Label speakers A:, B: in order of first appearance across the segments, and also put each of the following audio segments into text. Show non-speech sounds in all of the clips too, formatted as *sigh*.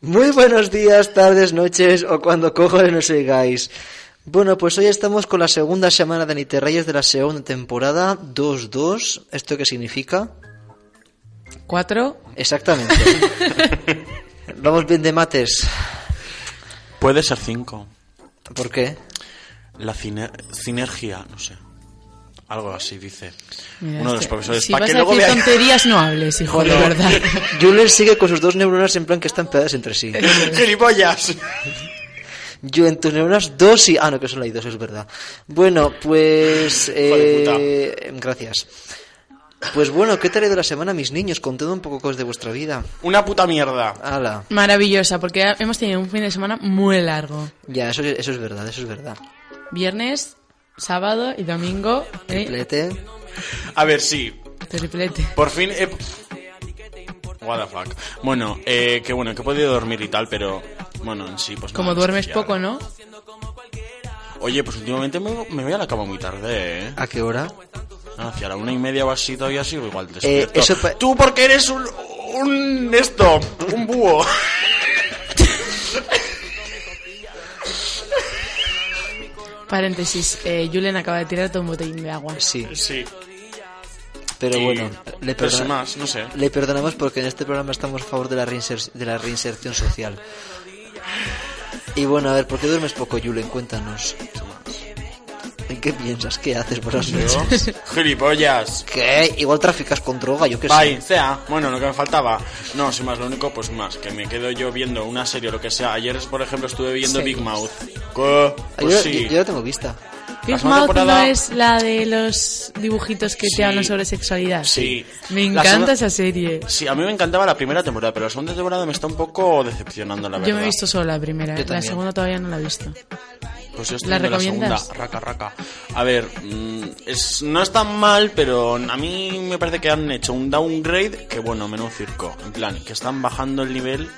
A: Muy buenos días, tardes, noches o cuando cojones nos oigáis. Bueno, pues hoy estamos con la segunda semana de Niterreyes de la segunda temporada 2-2. ¿Esto qué significa?
B: Cuatro.
A: Exactamente. Vamos bien de mates.
C: Puede ser cinco.
A: ¿Por qué?
C: La cine- sinergia, no sé. Algo así dice
B: Mira,
C: uno de
B: este-
C: los profesores.
B: Si
C: para
B: vas
C: que
B: a
C: luego
B: decir
C: vea-
B: tonterías, no hables, hijo, de
C: Joder. *laughs*
B: verdad.
A: Julen sigue con sus dos neuronas en plan que están pegadas entre sí.
C: *laughs* ¡Gilipollas!
A: Yo en tus neuronas dos y... Ah, no, que solo hay dos, es verdad. Bueno, pues... eh, gracias. Pues bueno, ¿qué tal de la semana, mis niños? Contad un poco cosas de vuestra vida.
C: Una puta mierda.
A: Ala.
B: Maravillosa, porque ha- hemos tenido un fin de semana muy largo.
A: Ya, eso, eso es verdad, eso es verdad.
B: Viernes, sábado y domingo. ¿eh?
A: Triplete.
C: A ver, sí.
B: Triplete.
C: Por fin he... What the fuck. Bueno, eh, que bueno, que he podido dormir y tal, pero... Bueno, en sí, pues...
B: Como
C: nada,
B: duermes
C: estoy ya-
B: poco, ¿no?
C: Oye, pues últimamente me, me voy a la cama muy tarde, ¿eh? Ah,
A: ¿A qué hora?
C: Hacia la una y media o así todavía sigo igual
A: Eh,
C: despierto.
A: eso pa-
C: Tú porque eres un... Un... Esto. Un búho. *laughs*
B: Paréntesis, eh, Julen acaba de tirar todo un botellín de agua.
A: Sí,
C: Sí.
A: pero
C: Y-
A: bueno, le,
C: pero
A: perdona-
C: sin más, no sé.
A: le perdonamos porque en este programa estamos a favor de la, reinser- de la reinserción social. Y bueno, a ver, ¿por qué duermes poco, Julen? Cuéntanos. ¿En qué piensas? ¿Qué haces por las
C: Yo,
A: noches?
C: *laughs* Gilipollas.
A: ¿Qué? Igual traficas con droga, yo qué
C: Bye,
A: sé.
C: sea. Bueno, lo que me faltaba. No, sin más, lo único, pues más, que me quedo yo viendo una serie o lo que sea. Ayer, por ejemplo, estuve viendo
B: Series.
C: Big Mouth. ¿Qué?
A: Ah,
C: Pues
A: yo,
C: sí.
A: yo- yo la tengo vista.
B: Big
C: segunda
B: Mouth no
C: temporada-
B: es la de los dibujitos que
C: Sí.
B: te hablan sobre sexualidad.
C: Sí.
B: Me
C: La
B: encanta
C: segunda-
B: esa serie.
C: Sí, a mí me encantaba la primera temporada, pero la segunda temporada me está un poco decepcionando, la verdad.
B: Yo me he visto solo la primera,
A: Yo
B: la
A: también.
B: segunda todavía no la he visto.
C: Pues yo estoy
B: ¿La
C: viendo
B: recomiendas?
C: segunda. Raca, raca. A ver, mm, es, no es tan mal, pero a mí me parece que han hecho un downgrade que, bueno, menos circo. En plan, que están bajando el nivel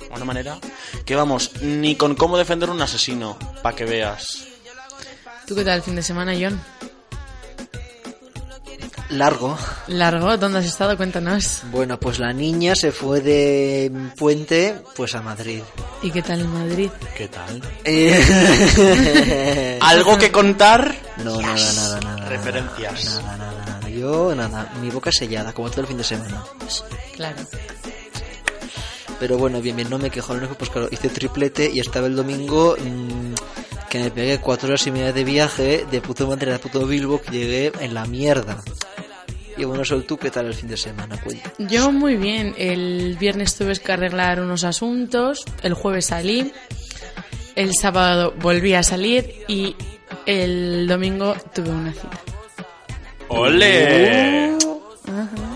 C: de una manera que, vamos, ni con cómo defender un asesino, para que veas.
B: ¿Tú qué tal el fin de semana, John?
A: Largo.
B: ¿Largo? ¿Dónde has estado? Cuéntanos.
A: Bueno, pues la niña se fue de Puente pues a Madrid.
B: ¿Y qué tal en Madrid?
C: ¿Qué tal?
A: Eh, *laughs*
C: ¿Algo que contar?
A: No, nada, nada, nada.
C: Referencias.
A: Nada, nada, nada. Yo, nada. Mi boca sellada, como todo el fin de semana.
B: Claro.
A: Pero bueno, bien, bien, no me quejo. Lo único, pues claro, hice triplete y estaba el domingo mm, que me pegué cuatro horas y media de viaje de puto Madrid a puto Bilbo que llegué en la mierda. Y bueno, Sol, ¿tú qué tal el fin de semana? Cuenta.
B: Yo muy bien. El viernes tuve que arreglar unos asuntos, el jueves salí, el sábado volví a salir y el domingo tuve una cita.
C: ¡Ole!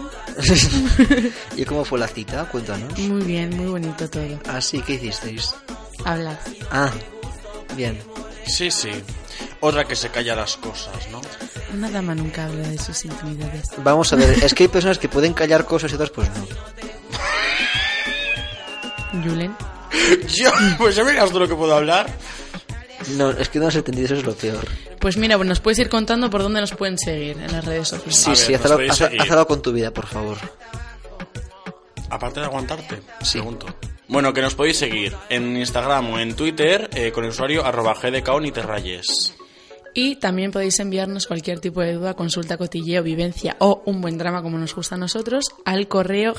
A: *laughs* ¿Y cómo fue la cita? Cuéntanos.
B: Muy bien, muy bonito todo.
A: Así, ¿qué hicisteis?
B: Hablar.
A: Ah, bien.
C: Sí, sí. Otra que se calla las cosas, ¿no?
B: Una dama nunca habla de sus intimidades.
A: Vamos a ver, es que hay personas que pueden callar cosas y otras pues no.
B: Julen.
C: *laughs* Yo, pues ya verás de lo que puedo hablar.
A: No, es que no has entendido, eso es lo peor.
B: Pues mira, nos puedes ir contando por dónde nos pueden seguir en las redes sociales.
A: Sí,
C: ver,
A: sí,
C: nos
A: haz algo-
C: podéis
A: haz- haz
C: seguir.
A: algo con tu vida, por favor.
C: Aparte de aguantarte, pregunto. Bueno, que nos podéis seguir en Instagram o en Twitter eh, con el usuario arroba gdko ni te rayes.
B: Y también podéis enviarnos cualquier tipo de duda, consulta, cotilleo, vivencia o un buen drama como nos gusta a nosotros al correo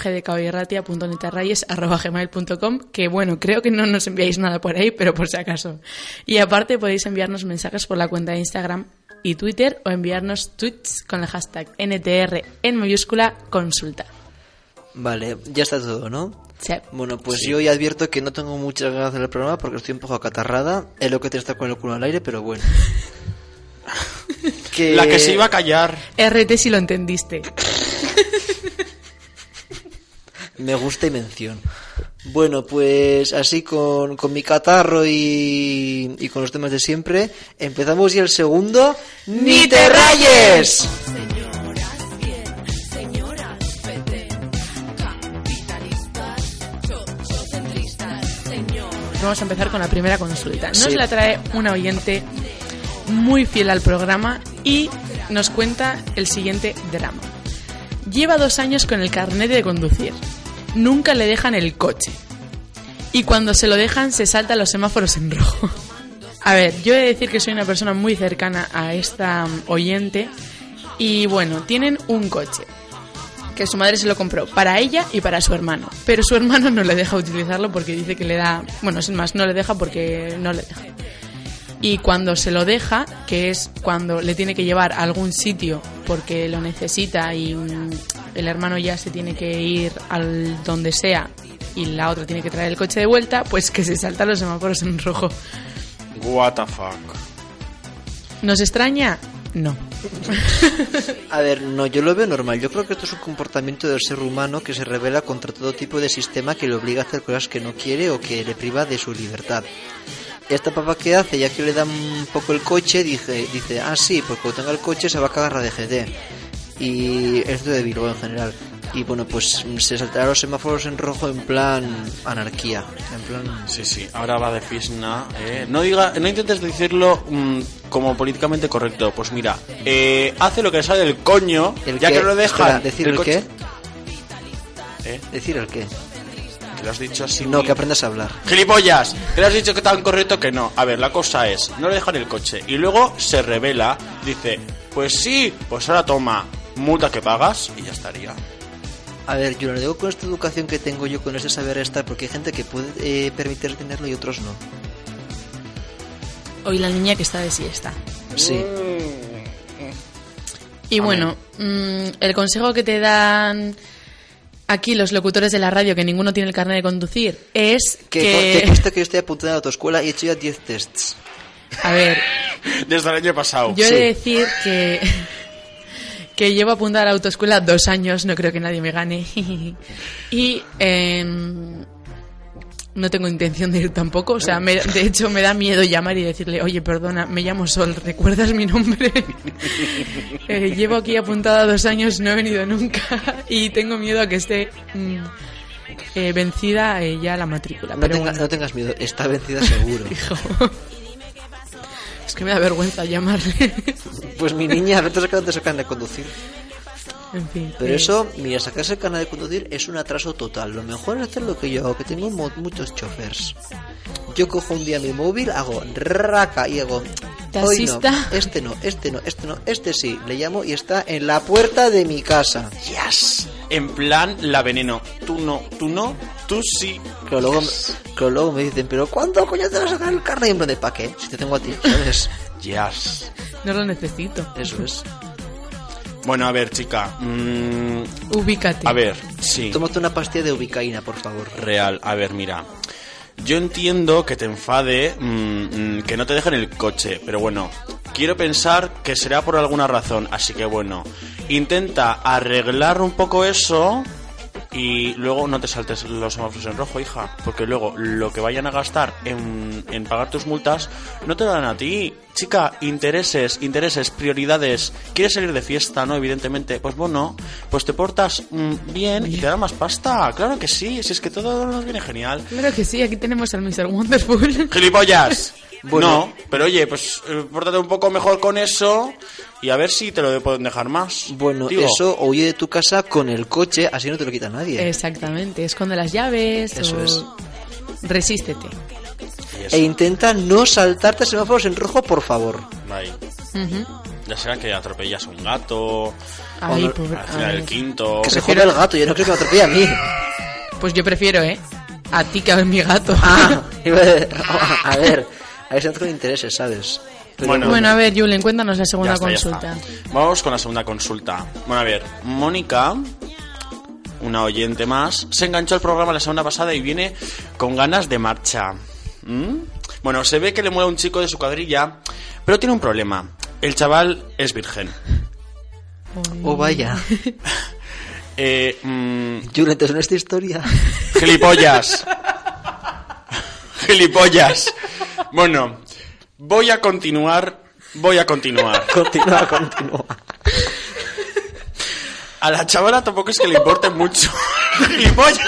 B: gmail.com que bueno, creo que no nos enviáis nada por ahí, pero por si acaso. Y aparte podéis enviarnos mensajes por la cuenta de Instagram y Twitter o enviarnos tweets con el hashtag NTR en mayúscula consulta.
A: Vale, ya está todo, ¿no?
B: Sí.
A: Bueno, pues yo ya advierto que no tengo muchas ganas del programa porque estoy un poco acatarrada. Es lo que te está con el culo al aire, pero bueno. Que-
C: La que se iba a callar.
B: RT si lo entendiste.
A: Me gusta y mención. Bueno, pues así con, con mi catarro y, y con los temas de siempre, empezamos ya el segundo. ¡Ni te rayes!
D: Señoras bien, señoras petén, capitalistas, sociocentristas, señor.
B: Pues Vamos a empezar con la primera consulta. Nos
A: Sí.
B: la trae una oyente muy fiel al programa y nos cuenta el siguiente drama. Lleva dos años con el carnet de conducir. Nunca le dejan el coche. y cuando se lo dejan se saltan los semáforos en rojo. A ver, yo he de decir que soy una persona muy cercana a esta mm, oyente y bueno, tienen un coche que su madre se lo compró para ella y para su hermano, pero su hermano no le deja utilizarlo porque dice que le da, bueno, sin más, no le deja porque no le deja. Y cuando se lo deja, que es cuando le tiene que llevar a algún sitio porque lo necesita y mm, el hermano ya se tiene que ir al donde sea y la otra tiene que traer el coche de vuelta, pues que se saltan los semáforos en rojo.
C: What the fuck.
B: ¿Nos extraña? No.
A: A ver, no, yo lo veo normal. Yo creo que esto es un comportamiento del ser humano que se revela contra todo tipo de sistema que le obliga a hacer cosas que no quiere o que le priva de su libertad. Esta papa que hace, ya que le dan un poco el coche, dije, dice, ah, sí, pues cuando tenga el coche se va a cagar la DGT. Y esto de Bilbao en general. Y bueno, pues se saltarán los semáforos en rojo en plan anarquía. En plan...
C: Sí, sí, ahora va de fisna. ¿eh? No, diga, no intentes decirlo mm, como políticamente correcto. Pues mira, eh, hace lo que le sale del coño,
A: ¿El
C: ya
A: qué?
C: que lo deja. Eh,
A: Espera, ¿Decir el, qué? ¿Decir el qué?
C: Que lo has dicho así.
A: No,
C: muy-
A: que aprendas a hablar.
C: ¡Gilipollas! Que le has dicho que tan correcto que no. A ver, la cosa es, no le dejan el coche. Y luego se revela, dice, pues sí, pues ahora toma, multa que pagas y ya estaría. *laughs*
A: A ver, yo lo digo con esta educación que tengo yo, con este saber estar, porque hay gente que puede eh, permitir tenerlo y otros no.
B: Hoy la niña que está de siesta.
A: Sí.
B: Y bueno, mm, el consejo que te dan aquí los locutores de la radio, que ninguno tiene el carnet de conducir, es
A: Que,
B: que...
A: que conste que yo estoy apuntando a la autoescuela y he hecho ya 10 tests.
B: *laughs* A ver,
C: Desde el año pasado.
B: yo he
A: Sí.
B: de decir que... que llevo apuntada a la autoescuela dos años, no creo que nadie me gane. y em, no tengo intención de ir tampoco, o sea, me- de hecho me da miedo llamar y decirle, oye, perdona, me llamo Sol, ¿recuerdas mi nombre? *laughs* Eh, llevo aquí apuntada dos años, no he venido nunca y tengo miedo a que esté mm, eh, vencida eh, ya la matrícula.
A: No,
B: pero
A: tenga-
B: bueno.
A: no tengas miedo, está vencida seguro.
B: Es que me da vergüenza llamarle. *laughs*
A: pues mi niña, vete sacando esa carne de conducir.
B: en fin.
A: Pero
B: eh,
A: eso, mira, sacarse el carnet de conducir es un atraso total. Lo mejor es hacer lo que yo hago, que tengo mo- muchos chofers. Yo cojo un día mi móvil, hago raca y hago... Hoy no,
B: ¿Taxista?
A: este no, este no, este no, este sí. Le llamo y está en la puerta de mi casa.
C: Yes. En plan, la veneno. Tú no, tú no, tú sí.
A: Pero luego, pero luego me dicen, pero ¿cuándo coño te vas a sacar el carnet? Y en plan de, ¿pa' qué? Si te tengo a ti,
C: *laughs*
A: ¿sabes?
C: Yes.
B: No lo necesito.
A: Eso es.
C: Bueno, a ver, chica. mm,
B: Ubícate.
C: a ver, sí.
A: Tómate una pastilla de ubicaína, por favor.
C: Real. A ver, mira. Yo entiendo que te enfade mm, mm, que no te dejen el coche, pero bueno, quiero pensar que será por alguna razón, así que bueno, intenta arreglar un poco eso y luego no te saltes los semáforos en rojo, hija, porque luego lo que vayan a gastar en, en pagar tus multas no te lo dan a ti. Chica, intereses, intereses, prioridades. ¿Quieres salir de fiesta, no? Evidentemente, pues bueno, pues te portas mm, bien y te dan más pasta. Claro que sí, si es que todo nos viene genial.
B: Claro que sí, aquí tenemos al Mr. Wonderful.
C: ¡Gilipollas!
A: Bueno.
C: No, pero oye, pues eh, pórtate un poco mejor con eso y a ver si te lo pueden dejar más.
A: Bueno,
C: Digo,
A: eso huye de tu casa con el coche, así no te lo quita nadie.
B: Exactamente, esconde las llaves.
A: Eso
B: o-
A: es.
B: Resístete.
C: y eso.
A: E intenta no saltarte semáforos en rojo, por favor.
C: Ahí.
B: Ujú.
C: Ya será que atropellas a un gato,
B: Ay,
A: Cuando-
B: pobre-
C: al final
B: ay.
C: el quinto.
A: Que se joda el gato, yo no creo que me atropelle
C: *laughs*
A: a mí.
B: Pues yo prefiero, ¿eh? A ti que a mi gato.
A: Ah, iba a decir- "Oh, a ver, ahí se entra con intereses, ¿sabes? Pero
C: Bueno.
B: Bueno, a ver, Julen, cuéntanos la
C: Ya
B: segunda
C: está, ya
B: consulta.
C: está. Vamos con la segunda consulta. Bueno, a ver, Mónica, una oyente más, se enganchó al programa la semana pasada y viene con ganas de marcha. ¿Mm? Bueno, se ve que le mueve un chico de su cuadrilla, pero tiene un problema. El chaval es virgen.
A: Oh, vaya.
C: Eh, mm,
A: Julen, ¿te suena esta historia? *laughs*
C: Gilipollas. *laughs* Gilipollas. Bueno, voy a continuar. Voy a continuar.
A: Continúa, continúa.
C: A la chavala tampoco es que le importe mucho. *laughs* ¡Gilipollas!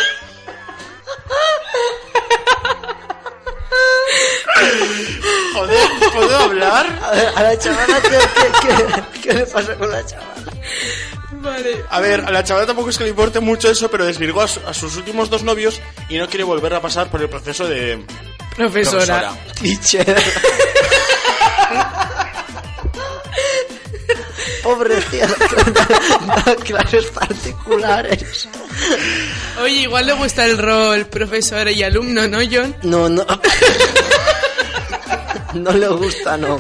C: Joder, ¿puedo hablar?
A: A ver, a la chavala, ¿qué, qué, qué- qué le pasa con la chavala?
B: Vale, madre.
C: A ver, a la chavala tampoco es que le importe mucho eso, pero desvirgó a, su- a sus últimos dos novios y no quiere volver a pasar por el proceso de
B: Profesora.
C: profesora.
A: Teacher. Pobre tía, da clases particulares.
B: Oye, igual le gusta el rol profesora y alumno, ¿no, John?
A: No, no. No le gusta, no.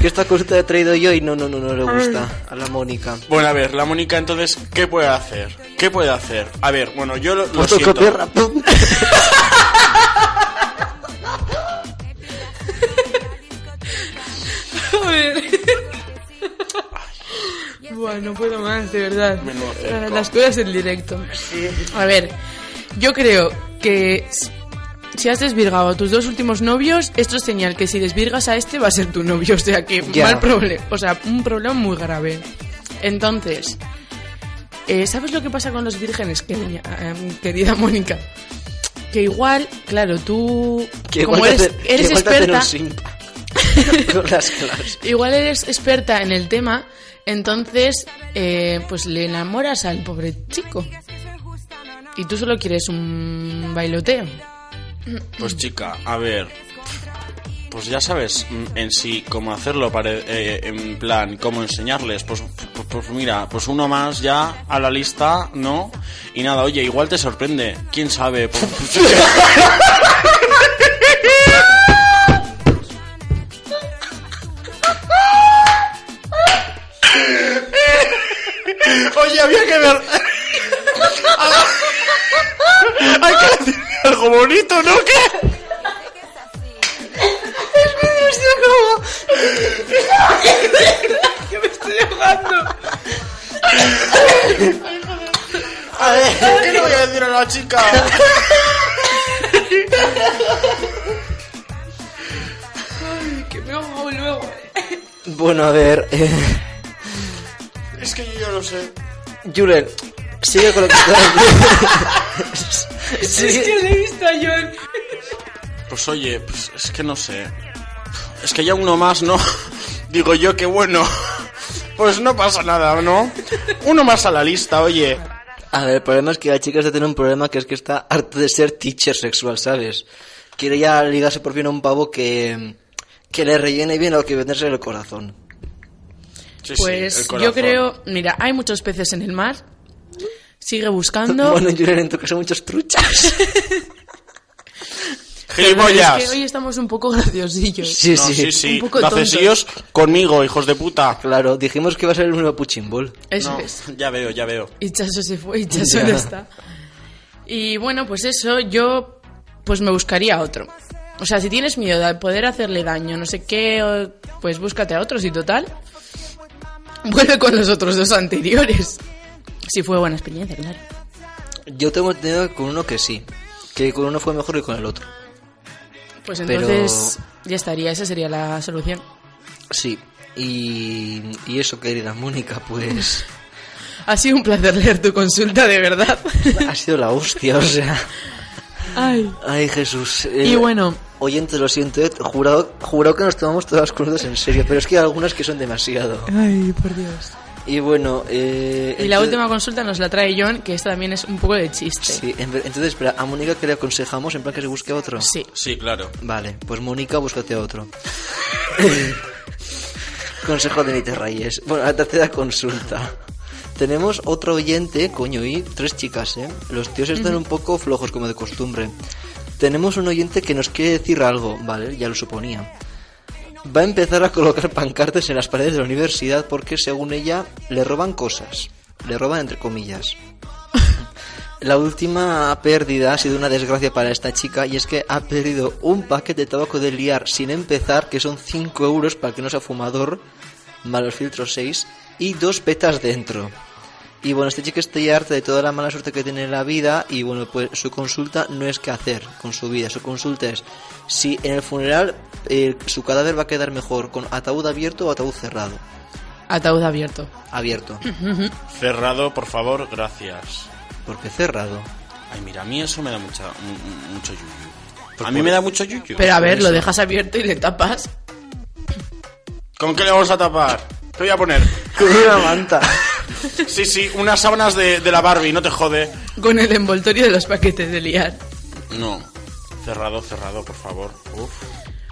A: Que esta cosita la he traído yo y no, no, no, no le gusta a la Mónica.
C: Bueno, a ver, la Mónica entonces, ¿qué puede hacer? ¿Qué puede hacer? A ver, bueno, yo lo, lo siento.
A: Fotocopiar, pum.
B: Joder. Buah, no puedo más, de verdad.
C: Menudo cerco.
B: Para las cosas en directo. A ver, yo creo que s- si has desvirgado a tus dos últimos novios, esto es señal que si desvirgas a este va a ser tu novio. O sea que
A: Ya.
B: mal problema. O sea, un problema muy grave. Entonces, eh, ¿sabes lo que pasa con los vírgenes, querida, eh, querida Mónica? Que igual, claro, tú
A: Que
B: como
A: igual te
B: eres,
A: hacen- que
B: eres
A: igual te hacen
B: experta,
A: un simpa Con las clases.
B: Igual eres experta en el tema, entonces eh, pues le enamoras al pobre chico. Y tú solo quieres un bailoteo.
C: Pues chica, a ver. Pues ya sabes mm, en sí cómo hacerlo, para, eh, en plan, cómo enseñarles. Pues, pues, pues mira, pues uno más ya a la lista, ¿no? Y nada, oye, igual te sorprende. ¿Quién sabe? Pues- *laughs* Oye, había que ver. Hay que decir algo bonito, ¿no? ¿Qué? *laughs* A ver, ¿qué le voy a decir a la chica?
B: Que me hago luego.
A: Bueno, a ver. eh,
C: Es que yo ya lo sé.
A: Julen, sigue con lo que estás diciendo. Sigue-
B: le he visto a John.
C: Pues oye, pues es que no sé. Es que ya uno más, ¿no? Digo yo que bueno. Pues no pasa nada, ¿no? Uno más a la lista, oye.
A: A ver, el problema es que la chica está teniendo un problema que es que está harta de ser teacher sexual, ¿sabes? Quiere ya ligarse por fin a un pavo que, que le rellene bien o que venderse el corazón.
C: Sí, sí, el
B: Pues yo
C: corazón.
B: creo, mira, hay muchos peces en el mar. Sigue buscando.
A: Bueno, Julen, en tu caso muchos truchas.
B: Pero
C: ¡Gilipollas!
B: Es que hoy estamos un poco graciosillos.
A: *laughs* Sí,
C: No,
A: sí.
C: sí, sí.
B: Un poco
C: Nacesíos conmigo, hijos de puta.
A: Claro, dijimos que iba a ser el nuevo puchimbol.
B: Eso
C: No,
B: es.
C: ya veo, ya veo.
B: Y Chaso se fue, y Chaso no
A: Ya.
B: está. Y bueno, pues eso, yo pues me buscaría otro. O sea, si tienes miedo de poder hacerle daño, no sé qué, o- pues búscate a otros y total. *laughs* Vuelve con los otros dos anteriores. Si fue buena experiencia, claro.
A: Yo tengo entendido con uno que sí. Que con uno fue mejor que con el otro.
B: Pues
A: Pero-
B: entonces ya estaría, esa sería la solución.
A: Sí. Y, y eso, querida Mónica, pues *laughs*
B: Ha sido un placer leer tu consulta, de verdad.
A: ha sido la hostia, o sea.
B: *laughs* Ay.
A: Ay, Jesús.
B: Y
A: Eh,
B: bueno.
A: Oyentes, lo siento, eh, jurado, jurado que nos tomamos todas las cosas en serio, pero es que hay algunas que son demasiado.
B: Ay, por Dios.
A: Y bueno, eh,
B: Y la
A: entonces-
B: última consulta nos la trae John, que esta también es un poco de chiste.
A: Sí, en ver- entonces, espera, a Mónica que le aconsejamos en plan que se busque otro.
B: Sí.
C: Sí, claro.
A: Vale, pues Mónica, búscate a otro. *laughs* Consejo de Nite Reyes. Bueno, la tercera consulta. Tenemos otro oyente, coño, y tres chicas, ¿eh? Los tíos están un poco flojos, como de costumbre. Tenemos un oyente que nos quiere decir algo, ¿vale? Ya lo suponía. Va a empezar a colocar pancartas en las paredes de la universidad porque, según ella, le roban cosas. Le roban entre comillas. La última pérdida ha sido una desgracia para esta chica y es que ha perdido un paquete de tabaco de liar sin empezar, que son 5 euros para el que no sea fumador, malos filtros 6, y dos petas dentro. Y bueno, este chico está ya harta de toda la mala suerte que tiene en la vida y bueno, pues su consulta no es qué hacer con su vida, su consulta es si en el funeral eh, su cadáver va a quedar mejor con ataúd abierto o ataúd cerrado.
B: Ataúd abierto.
A: Abierto.
C: Cerrado, por favor, gracias.
A: Porque cerrado.
C: Ay, mira, a mí eso me da mucha, mu- mu- mucho yuyu. A mí me da mucho yuyu.
B: Pero a ver, lo dejas abierto y le tapas.
C: ¿Con qué le vamos a tapar? Te voy a poner.
A: Con una manta.
C: Sí, sí, unas sábanas de, de la Barbie, no te jode.
B: Con el envoltorio de los paquetes de liar.
C: No. Cerrado, cerrado, por favor. Uf.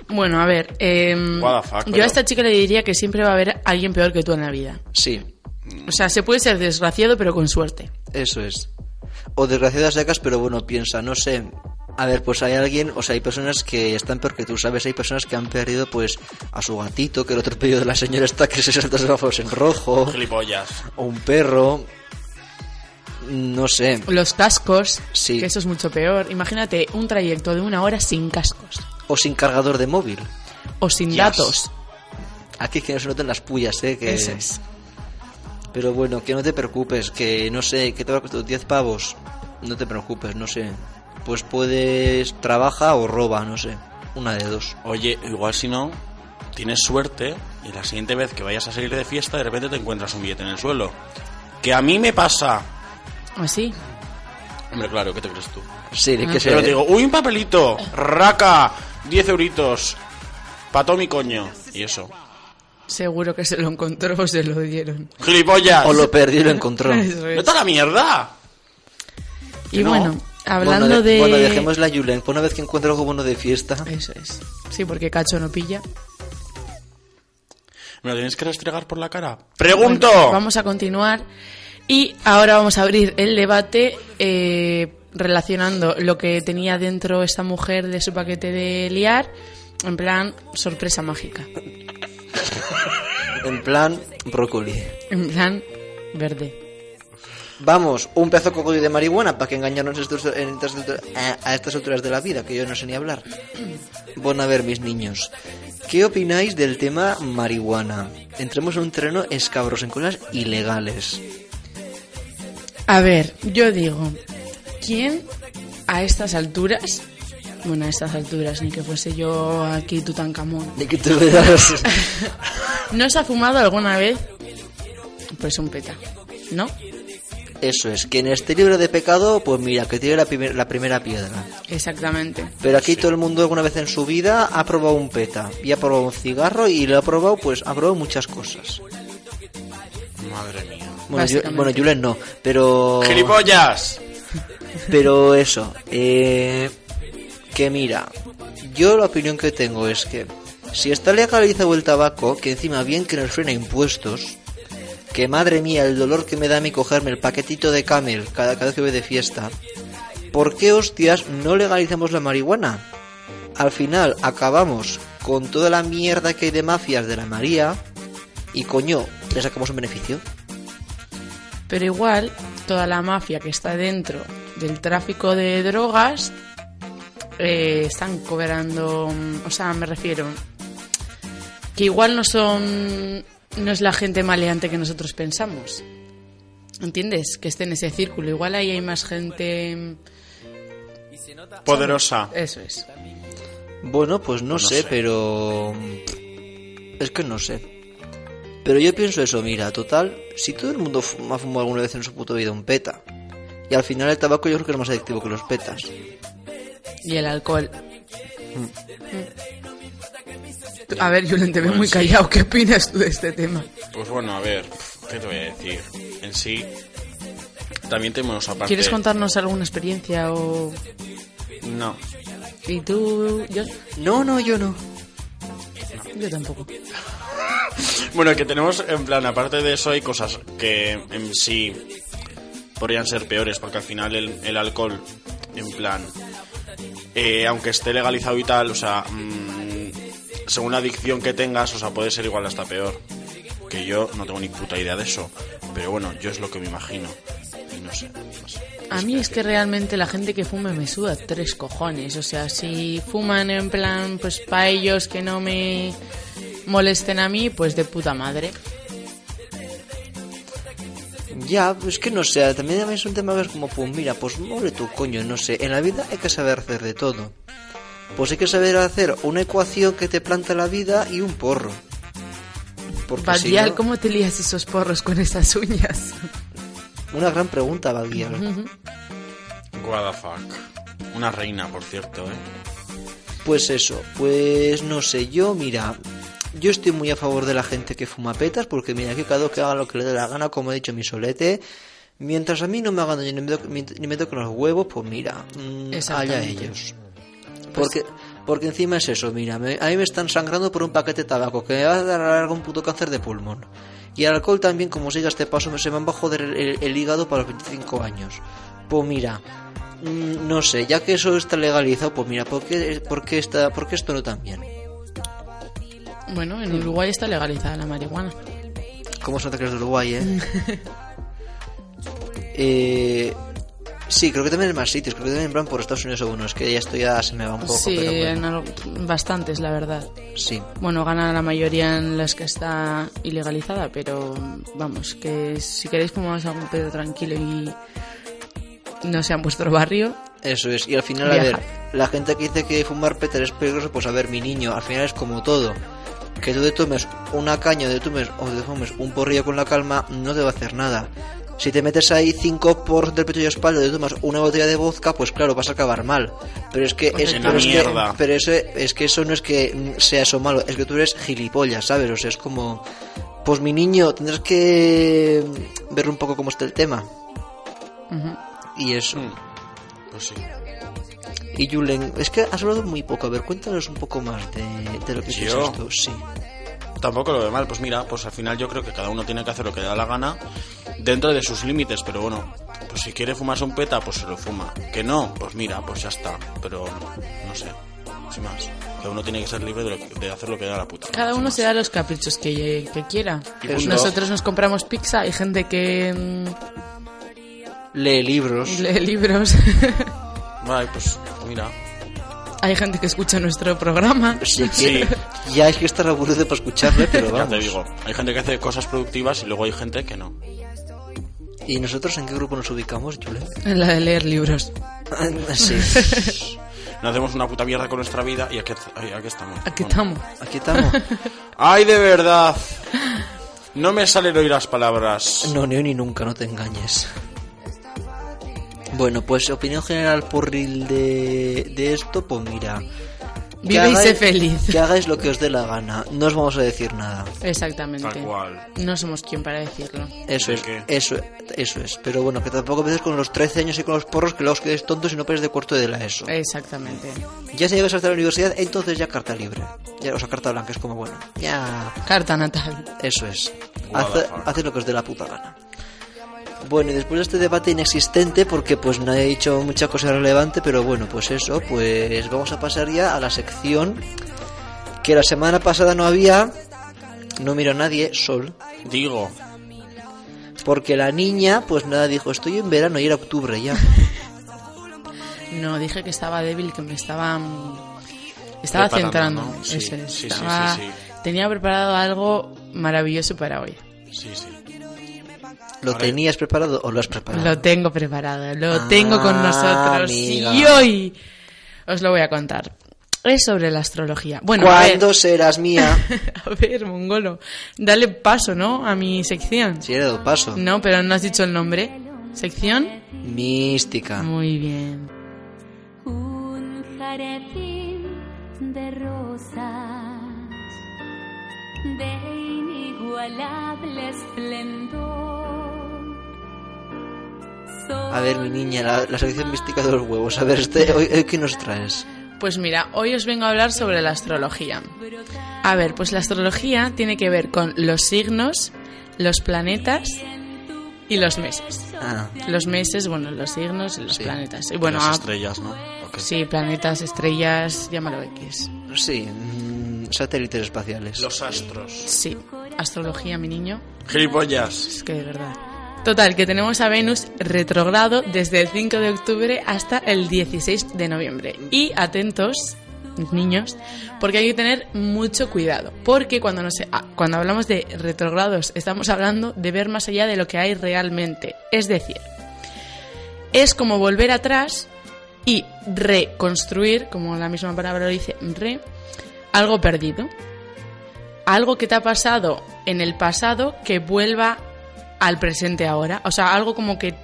B: Bueno, a ver. em,
C: What the fuck,
B: yo
C: pero-
B: a esta chica le diría que siempre va a haber alguien peor que tú en la vida.
A: Sí,
B: O sea, se puede ser desgraciado, pero con suerte.
A: eso es. O desgraciadas sacas, pero bueno, piensa, no sé. A ver, pues hay alguien, o sea, hay personas que están peor que tú, ¿sabes? Hay personas que han perdido, pues, a su gatito, que el otro pedido de la señora está que se salta semáforos en rojo,
C: Gilipollas.
A: o un perro. No sé.
B: Los cascos,
A: Sí.
B: que eso es mucho peor. Imagínate un trayecto de una hora sin cascos
A: O sin cargador de móvil.
B: o sin
C: Yes.
B: datos.
A: Aquí es que no se noten las pullas, ¿eh? Que...
B: Eso es.
A: Pero bueno, que no te preocupes, que no sé, que te va a costar 10 pavos. No te preocupes, no sé. Pues puedes, trabaja o roba, no sé. Una de dos.
C: Oye, igual si no, tienes suerte y la siguiente vez que vayas a salir de fiesta, de repente te encuentras un billete en el suelo. Que a mí me pasa.
B: Así.
C: Hombre, claro, ¿qué te crees tú?
A: Sí, de que se...
C: Pero te digo, uy, un papelito, raca, 10 euritos, pato mi coño. Y eso.
B: Seguro que se lo encontró o se lo dieron.
C: ¡Gilipollas!
A: O
B: *laughs*
A: lo perdió y lo encontró.
B: Eso es.
C: ¡Vete a la mierda!
B: Y
C: no.
B: bueno, hablando
A: bueno,
B: de...
A: Bueno, dejemos la Julen. Por una vez que encuentre algo bueno de fiesta...
B: Eso es. Sí, porque Cacho no pilla.
C: ¿Me lo tienes que restregar por la cara? ¡Pregunto!
B: Bueno, vamos a continuar y ahora vamos a abrir el debate eh, relacionando lo que tenía dentro esta mujer de su paquete de liar, en plan sorpresa mágica,
A: En plan, brócoli.
B: en plan verde.
A: Vamos, un pedazo de cogollo de marihuana para que engañarnos estos- en estas alturas- a- a estas alturas de la vida, que yo no sé ni hablar. Bueno, a ver, mis niños, ¿qué opináis del tema marihuana? Entremos en un terreno escabroso en cosas ilegales.
B: A ver, yo digo, ¿quién a estas alturas, bueno, a estas alturas, ni que fuese yo aquí Tutankamón,
A: De que te *laughs* veas.
B: ¿no se ha fumado alguna vez? Pues un peta, ¿no?
A: Eso es, quien esté libre de pecado, pues mira, que tiene la, primer- la primera piedra.
B: Exactamente.
A: Pero aquí todo el mundo alguna vez en su vida ha probado un peta, y ha probado un cigarro, y lo ha probado, pues ha probado muchas cosas.
C: Madre mía.
A: Bueno, yo,
B: Básicamente.
A: bueno Julen no, pero...
C: ¡Gilipollas!
A: Pero eso, eh, que mira, yo la opinión que tengo es que si está legalizado el tabaco, que encima bien que nos frena impuestos, que madre mía el dolor que me da a mí cogerme el paquetito de camel cada, cada vez que voy de fiesta, ¿por qué hostias no legalizamos la marihuana? Al final acabamos con toda la mierda que hay de mafias de la María y coño, le sacamos un beneficio.
B: Pero igual, toda la mafia que está dentro del tráfico de drogas eh, están cobrando. mm, O sea, me refiero. Que igual no son. No es la gente maleante que nosotros pensamos. ¿Entiendes? Que esté en ese círculo. Igual ahí hay más gente. mm,
C: Poderosa.
B: Eso es.
A: Bueno, pues no, sé,
C: sé.
A: pero... Es que no sé. Pero yo pienso eso, mira, total, si todo el mundo fuma- ha fumado alguna vez en su puta vida un peta, y al final el tabaco yo creo que es más adictivo que los petas.
B: Y el alcohol. Mm. A ver, Julen, te veo muy callado. ¿Qué opinas tú de este tema?
C: Pues bueno, a ver, pf, ¿qué te voy a decir? En sí, también tenemos aparte...
B: ¿Quieres contarnos alguna experiencia o.?
C: No.
B: ¿Y tú? Yo,
A: No, no, yo no.
B: yo tampoco.
C: Bueno, que tenemos, en plan, aparte de eso, hay cosas que en sí podrían ser peores, porque al final el, el alcohol, en plan, eh, aunque esté legalizado y tal, o sea, mm, según la adicción que tengas, o sea, puede ser igual hasta peor. Que yo no tengo ni puta idea de eso, pero bueno, yo es lo que me imagino. Y no sé. no sé.
B: A mí es que realmente la gente que fume me suda tres cojones. O sea, si fuman en plan, pues para ellos que no me molesten a mí, pues de puta madre.
A: Ya, pues que no sé, también a mí es un tema que es como, pues mira, pues muere tu coño, no sé, en la vida hay que saber hacer de todo. Pues hay que saber hacer una ecuación que te planta la vida y un porro. Porque si
B: Badial,
A: no-
B: ¿cómo te lías esos porros con esas uñas? *laughs*
A: Una gran pregunta, Badial.
C: What the fuck. Una reina, por cierto, ¿eh?
A: Pues eso, pues no sé, yo mira, Yo estoy muy a favor de la gente que fuma petas, porque mira, que cada uno que haga lo que le dé la gana, como ha dicho mi solete. Mientras a mí no me hagan daño ni me, to- ni me toquen los huevos, pues mira, mm, allá
B: Exactamente.
A: ellos. Porque, porque encima es eso, mira, me- a mí me están sangrando por un paquete de tabaco que me va a dar algún puto cáncer de pulmón. Y el alcohol también, como siga este paso, me se me va a joder el, el- el hígado para los 25 años. Pues mira, mm, no sé, ya que eso está legalizado, pues mira, ¿por qué, por qué, está, por qué esto no también?
B: Bueno, en Uruguay está legalizada la marihuana.
A: ¿Cómo se nota que eres de Uruguay, eh? Eh, Sí, creo que también en más sitios, creo que también en plan por Estados Unidos o uno, es que ya esto ya se me va un poco,
B: sí,
A: pero bueno,
B: en al- bastantes, la verdad.
A: sí.
B: Bueno, gana la mayoría en las que está ilegalizada, pero vamos, que si queréis fumamos algún pedo tranquilo y no sea en vuestro barrio,
A: Eso es, y al final, a
B: Viajar.
A: ver, la gente que dice que fumar péter es peligroso, pues a ver, mi niño, al final es como todo. Que tú te tomes una caña, te tomes, o te tomes un porrillo con la calma, no te va a hacer nada. Si te metes ahí cinco porros del pecho y espalda, te tomas una botella de vodka, pues claro, vas a acabar mal. Pero es que, es,
C: en la
A: pero es que,
C: mierda.
A: pero eso, es que eso no es que mm, sea eso malo, es que tú eres gilipollas, ¿sabes? O sea, es como, pues mi niño, tendrás que mm, ver un poco cómo está el tema.
B: ujú,
A: Y eso.
C: Pues sí.
A: Y Julen, es que has hablado muy poco. A ver, cuéntanos un poco más de, de lo que
C: ¿Yo?
A: piensas tú. Sí.
C: Tampoco lo veo mal, pues mira, pues al final yo creo que cada uno tiene que hacer lo que le da la gana dentro de sus límites, pero bueno, pues si quiere fumarse un peta, pues se lo fuma. Que no, pues mira, pues ya está, pero no sé, sin más. Cada uno tiene que ser libre de, lo que- de hacer lo que le da la puta. gana,
B: cada
C: sin
B: uno
C: más.
B: se da los caprichos que, que quiera.
C: Y pues punto.
B: Nosotros nos compramos pizza, hay gente que mm,
A: Lee libros.
B: lee libros, *laughs*
C: Vale, pues mira.
B: hay gente que escucha nuestro programa.
A: Pues *laughs* Si
C: Sí.
A: quieres. Ya es que estar aburrido para escucharle, pero
C: *laughs* Ya
A: vamos.
C: te digo, hay gente que hace cosas productivas y luego hay gente
B: *laughs*
C: que no.
A: ¿Y nosotros en qué grupo nos ubicamos,
C: *laughs*
A: Julen?
B: La de leer libros.
A: sí.
C: No hacemos una puta mierda con nuestra vida y aquí, ay, aquí estamos.
B: Aquí
C: Bueno.
B: estamos.
A: Aquí estamos.
C: ¡Ay, de verdad! No me salen hoy las palabras.
A: No, ni hoy ni nunca, no te engañes. Bueno, pues opinión general porril de, de esto, pues mira. que
B: Vive y sé
A: hagáis-
B: feliz.
A: Que hagáis lo que os dé la gana. No os vamos a decir nada.
B: Exactamente.
C: Tal cual.
B: No somos quien para decirlo.
A: Eso
C: ¿De
A: es,
C: qué?
A: eso, eso es. Pero bueno, que tampoco empieces con los 13 años y con los porros que luego os quedéis tontos y no pares de cuarto de la ESO.
C: Eh.
B: Exactamente.
A: Ya si llegas hasta la universidad, entonces ya carta libre. Ya, o sea, carta blanca es como, bueno, ya...
B: Carta natal.
A: Eso es.
C: What the
A: Hace,
C: fuck.
A: haced lo que os dé la puta gana. Bueno, y después de este debate inexistente, porque pues no he dicho mucha cosa relevante, pero bueno, pues eso, pues vamos a pasar ya a la sección que la semana pasada no había, no miro a nadie, Sol,
C: Digo,
A: porque la niña, pues nada, dijo, estoy en verano y era octubre
B: *laughs*
A: ya.
B: No, dije que estaba débil, que me estaba. mm, Estaba
C: Preparando,
B: centrando.
C: ¿no? Sí,
B: Eso es,
C: sí, sí,
B: estaba-
C: sí, sí.
B: Tenía preparado algo maravilloso para hoy.
C: sí, sí.
A: ¿Lo
C: Ahora-
A: tenías preparado o lo has
C: Ah.
A: preparado?
B: Lo tengo preparado, lo
A: Ah,
B: tengo con nosotros.
A: amiga.
B: Y hoy os lo voy a contar. Es sobre la astrología. Bueno, a ver,
A: ¿Cuándo serás mía?
B: *laughs* a ver, mongolo. Dale paso, ¿no? A mi sección.
A: Si he dado paso.
B: No, pero no has dicho el nombre. ¿Sección?
C: Ah.
A: Mística.
B: Muy bien.
E: un jardín de rosas de inigualable esplendor.
A: A ver, mi niña, la, la sección mística de los huevos. A ver, este, hoy, hoy ¿qué nos traes?
B: Pues mira, hoy os vengo a hablar sobre la astrología. A ver, pues la astrología tiene que ver con los signos, los planetas y los meses.
A: Ah,
B: Los meses, bueno, los signos y los
A: Sí.
B: planetas. Y bueno,
C: Las
B: ah,
C: estrellas, ¿no? Ok.
B: sí, planetas, estrellas, llámalo X.
A: sí, mm, satélites espaciales.
C: Los astros.
B: Sí, astrología, mi niño.
C: Gilipollas.
B: Es que de verdad. Total, que tenemos a Venus retrogrado desde el 5 de octubre hasta el 16 de noviembre. Y atentos, mis niños, porque hay que tener mucho cuidado. Porque cuando, no se- ah, cuando hablamos de retrogrados, estamos hablando de ver más allá de lo que hay realmente. Es decir, es como volver atrás y reconstruir, como la misma palabra lo dice, re, algo perdido algo que te ha pasado en el pasado que vuelva al presente ahora. O sea, algo como que...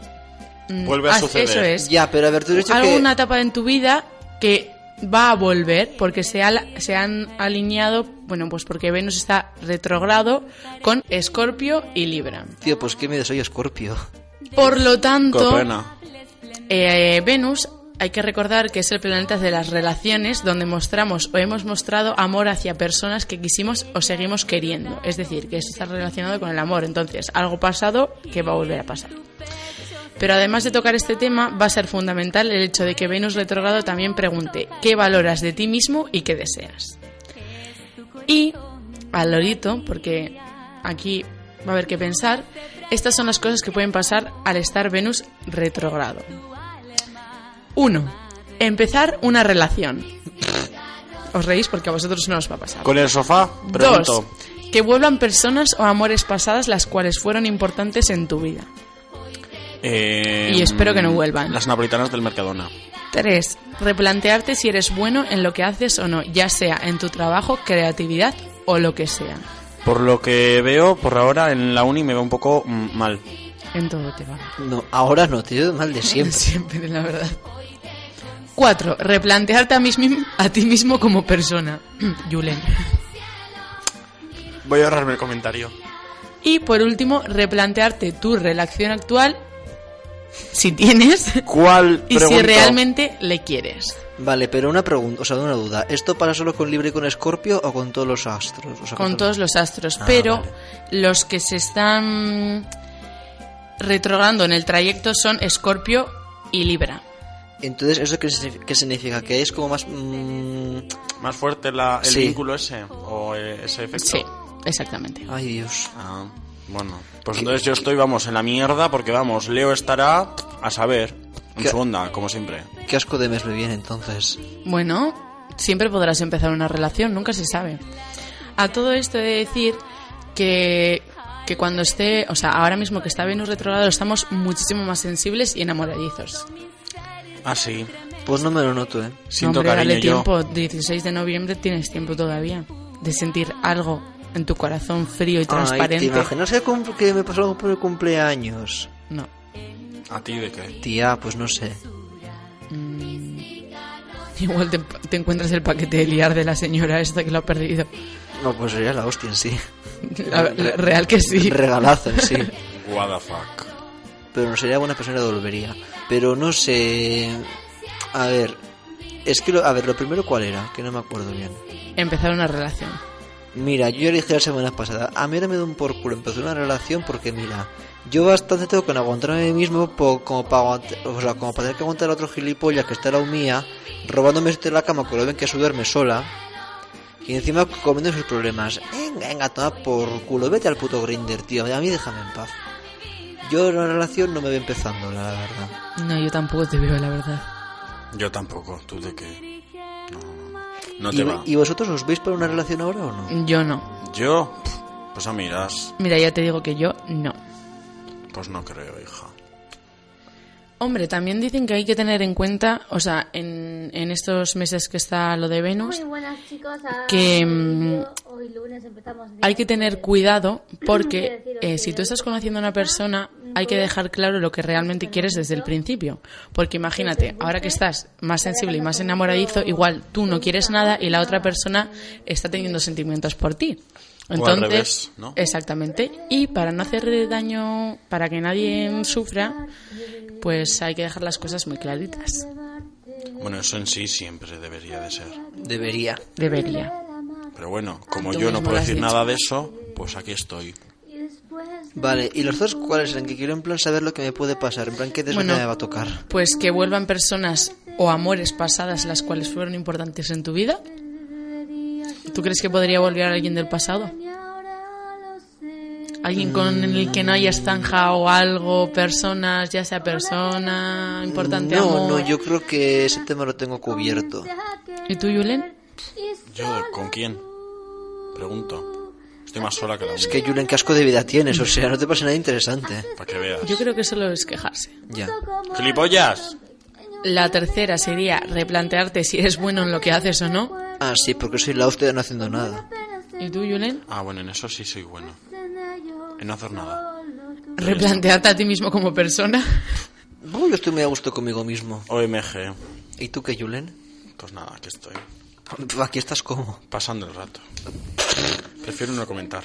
B: mm,
C: Vuelve a
B: haz-
C: suceder.
B: Eso es.
A: Ya, pero a ver, tú has dicho que...
B: Alguna etapa en tu vida que va a volver porque se, ha- se han alineado, Bueno, pues porque Venus está retrogrado con Escorpio y Libra.
A: Tío, pues qué miedo soy Escorpio.
B: Por lo tanto,
C: Corpena.
B: eh, Venus hay que recordar que es el planeta de las relaciones donde mostramos o hemos mostrado amor hacia personas que quisimos o seguimos queriendo. Es decir, que esto está relacionado con el amor. Entonces, algo pasado que va a volver a pasar. Pero además de tocar este tema, va a ser fundamental el hecho de que Venus retrogrado también pregunte qué valoras de ti mismo y qué deseas. Y al lorito, porque aquí va a haber que pensar, estas son las cosas que pueden pasar al estar Venus retrogrado. 1. Empezar una relación. Os reís porque a vosotros no os va a pasar.
C: Con el sofá,
B: Dos,
C: pregunto.
B: que vuelvan personas o amores pasadas las cuales fueron importantes en tu vida.
C: Eh,
B: Y espero que no
C: mm,
B: vuelvan.
C: Las napolitanas del Mercadona.
B: 3. Replantearte si eres bueno en lo que haces o no, ya sea en tu trabajo, creatividad o lo que sea.
C: Por lo que veo, por ahora en la uni me veo un poco mm, mal.
B: En todo te va.
A: No, ahora no, te digo
B: *laughs*
A: mal de siempre.
B: Siempre, la verdad. 4. Replantearte a, mis mim- a ti mismo como persona. *clears throat* Julen.
C: Voy a ahorrarme el comentario.
B: Y por último, replantearte tu relación actual, si tienes, *laughs*
C: ¿Cuál
B: y si
C: pregunto?
B: realmente le quieres.
A: Vale, pero una pregunta, o sea, una duda. ¿Esto para solo con Libre y con Escorpio o con todos los astros? O sea,
B: con todos los astros,
A: Ah,
B: pero
A: vale.
B: los que se están retrogradando en el trayecto son Escorpio y Libra.
A: Entonces, ¿eso qué, signifi- qué significa? ¿Que es como más... mm,
C: ¿Más fuerte la- el
A: Sí.
C: vínculo ese? ¿O eh, ese efecto?
B: Sí, exactamente.
A: Ay, Dios.
C: Ah, bueno. Pues entonces yo estoy, vamos, en la mierda porque, vamos, Leo estará a saber, en
A: ¿Qué?
C: su onda, como siempre.
A: Qué asco de mes me viene entonces.
B: Bueno, siempre podrás empezar una relación, nunca se sabe. A todo esto he de decir que, que cuando esté, o sea, ahora mismo que está Venus retrogrado, estamos muchísimo más sensibles y enamoradizos.
C: Ah, sí.
A: Pues no me lo noto, ¿eh?
C: Siento
B: Hombre,
C: cariño
B: dale
C: yo.
B: tiempo, 16 de noviembre tienes tiempo todavía de sentir algo en tu corazón frío y
A: Ay, ¿te
B: transparente.
A: imaginas que, cum- que me pasó algo por el cumpleaños?
B: no.
C: ¿A ti de qué?
A: Tía, pues no sé.
B: Mm. Igual te, te encuentras el paquete de liar de la señora esta que lo ha perdido.
A: No, pues sería la hostia en sí.
B: La- la- real que *laughs* sí.
A: *laughs* Regalazo en sí.
C: What the fuck.
A: Pero no sería buena persona volvería. Pero no sé... A ver... Es que, lo- a ver, lo primero cuál era, que no me acuerdo bien.
B: Empezar una relación.
A: Mira, yo ya le dije la semana pasada, a mí ahora me da un por culo empezar una relación porque mira, yo bastante tengo que aguantarme a mí mismo po- como para o sea, como para tener que aguantar a otro gilipollas que está a la humía, robándome de la cama con lo bien que es sudarme sola y encima comiendo sus problemas. Venga, venga, toma por culo, vete al puto grinder, tío, a mí déjame en paz. Yo en una relación no me veo empezando, la verdad.
B: No, yo tampoco te veo, la verdad.
C: Yo tampoco. ¿Tú de qué? No, no
A: ¿Y,
C: te va.
A: y vosotros os veis para una relación ahora o no?
B: Yo no.
C: Yo, pf, pues a miras,
B: Mira, ya te digo que yo no.
C: pues no creo, hija.
B: Hombre, también dicen que hay que tener en cuenta, o sea, en, en estos meses que está lo de Venus,
F: Muy buenas chicos.
B: Que,
F: que
B: mm,
F: hoy lunes empezamos. bien.
B: hay que tener cuidado porque eh, si tú estás conociendo a una persona hay que dejar claro lo que realmente quieres desde el principio. Porque imagínate, ahora que estás más sensible y más enamoradizo, igual tú no quieres nada y la otra persona está teniendo sentimientos por ti.
C: al
B: Entonces,
C: revés, ¿no?
B: exactamente. Y para no hacer daño, para que nadie sufra, pues hay que dejar las cosas muy claritas.
C: Bueno, eso en sí siempre debería de ser.
A: Debería.
B: Debería.
C: Pero bueno, como
B: Tú
C: yo no
B: mismo
C: puedo
B: lo has
C: decir
B: dicho.
C: nada de eso, pues aquí estoy.
A: Vale, ¿y los dos cuáles eran? Que quiero en plan saber lo que me puede pasar, en plan qué desgracia
B: Bueno.
A: me va a tocar.
B: Pues que vuelvan personas o amores pasadas las cuales fueron importantes en tu vida. ¿Tú crees que podría volver alguien del pasado? Alguien
A: Mm.
B: con el que no hayas zanjado algo, personas, ya sea persona, importante
A: No,
B: amor.
A: no, yo creo que ese tema lo tengo cubierto.
B: ¿Y tú, Julen?
C: ¿Yo con quién? Pregunto. Estoy más sola que la
A: Es
C: mía,
A: que Julen, qué asco de vida tienes, o sea, no te pasa nada interesante.
C: para que veas.
B: Yo creo que solo es quejarse.
A: Ya.
C: ¡Gilipollas!
B: La tercera sería replantearte si eres bueno en lo que haces o no.
A: Ah, sí, porque soy la hostia no haciendo nada.
B: ¿Y tú, Julen?
C: Ah, bueno, en eso sí soy bueno. En no hacer nada.
A: Pues
B: Replantearte a ti mismo como persona.
A: No, yo estoy muy a gusto conmigo mismo.
C: OMG.
A: ¿Y tú qué, Julen?
C: Pues nada, aquí estoy.
A: Aquí estás como.
C: Pasando el rato. Prefiero no comentar.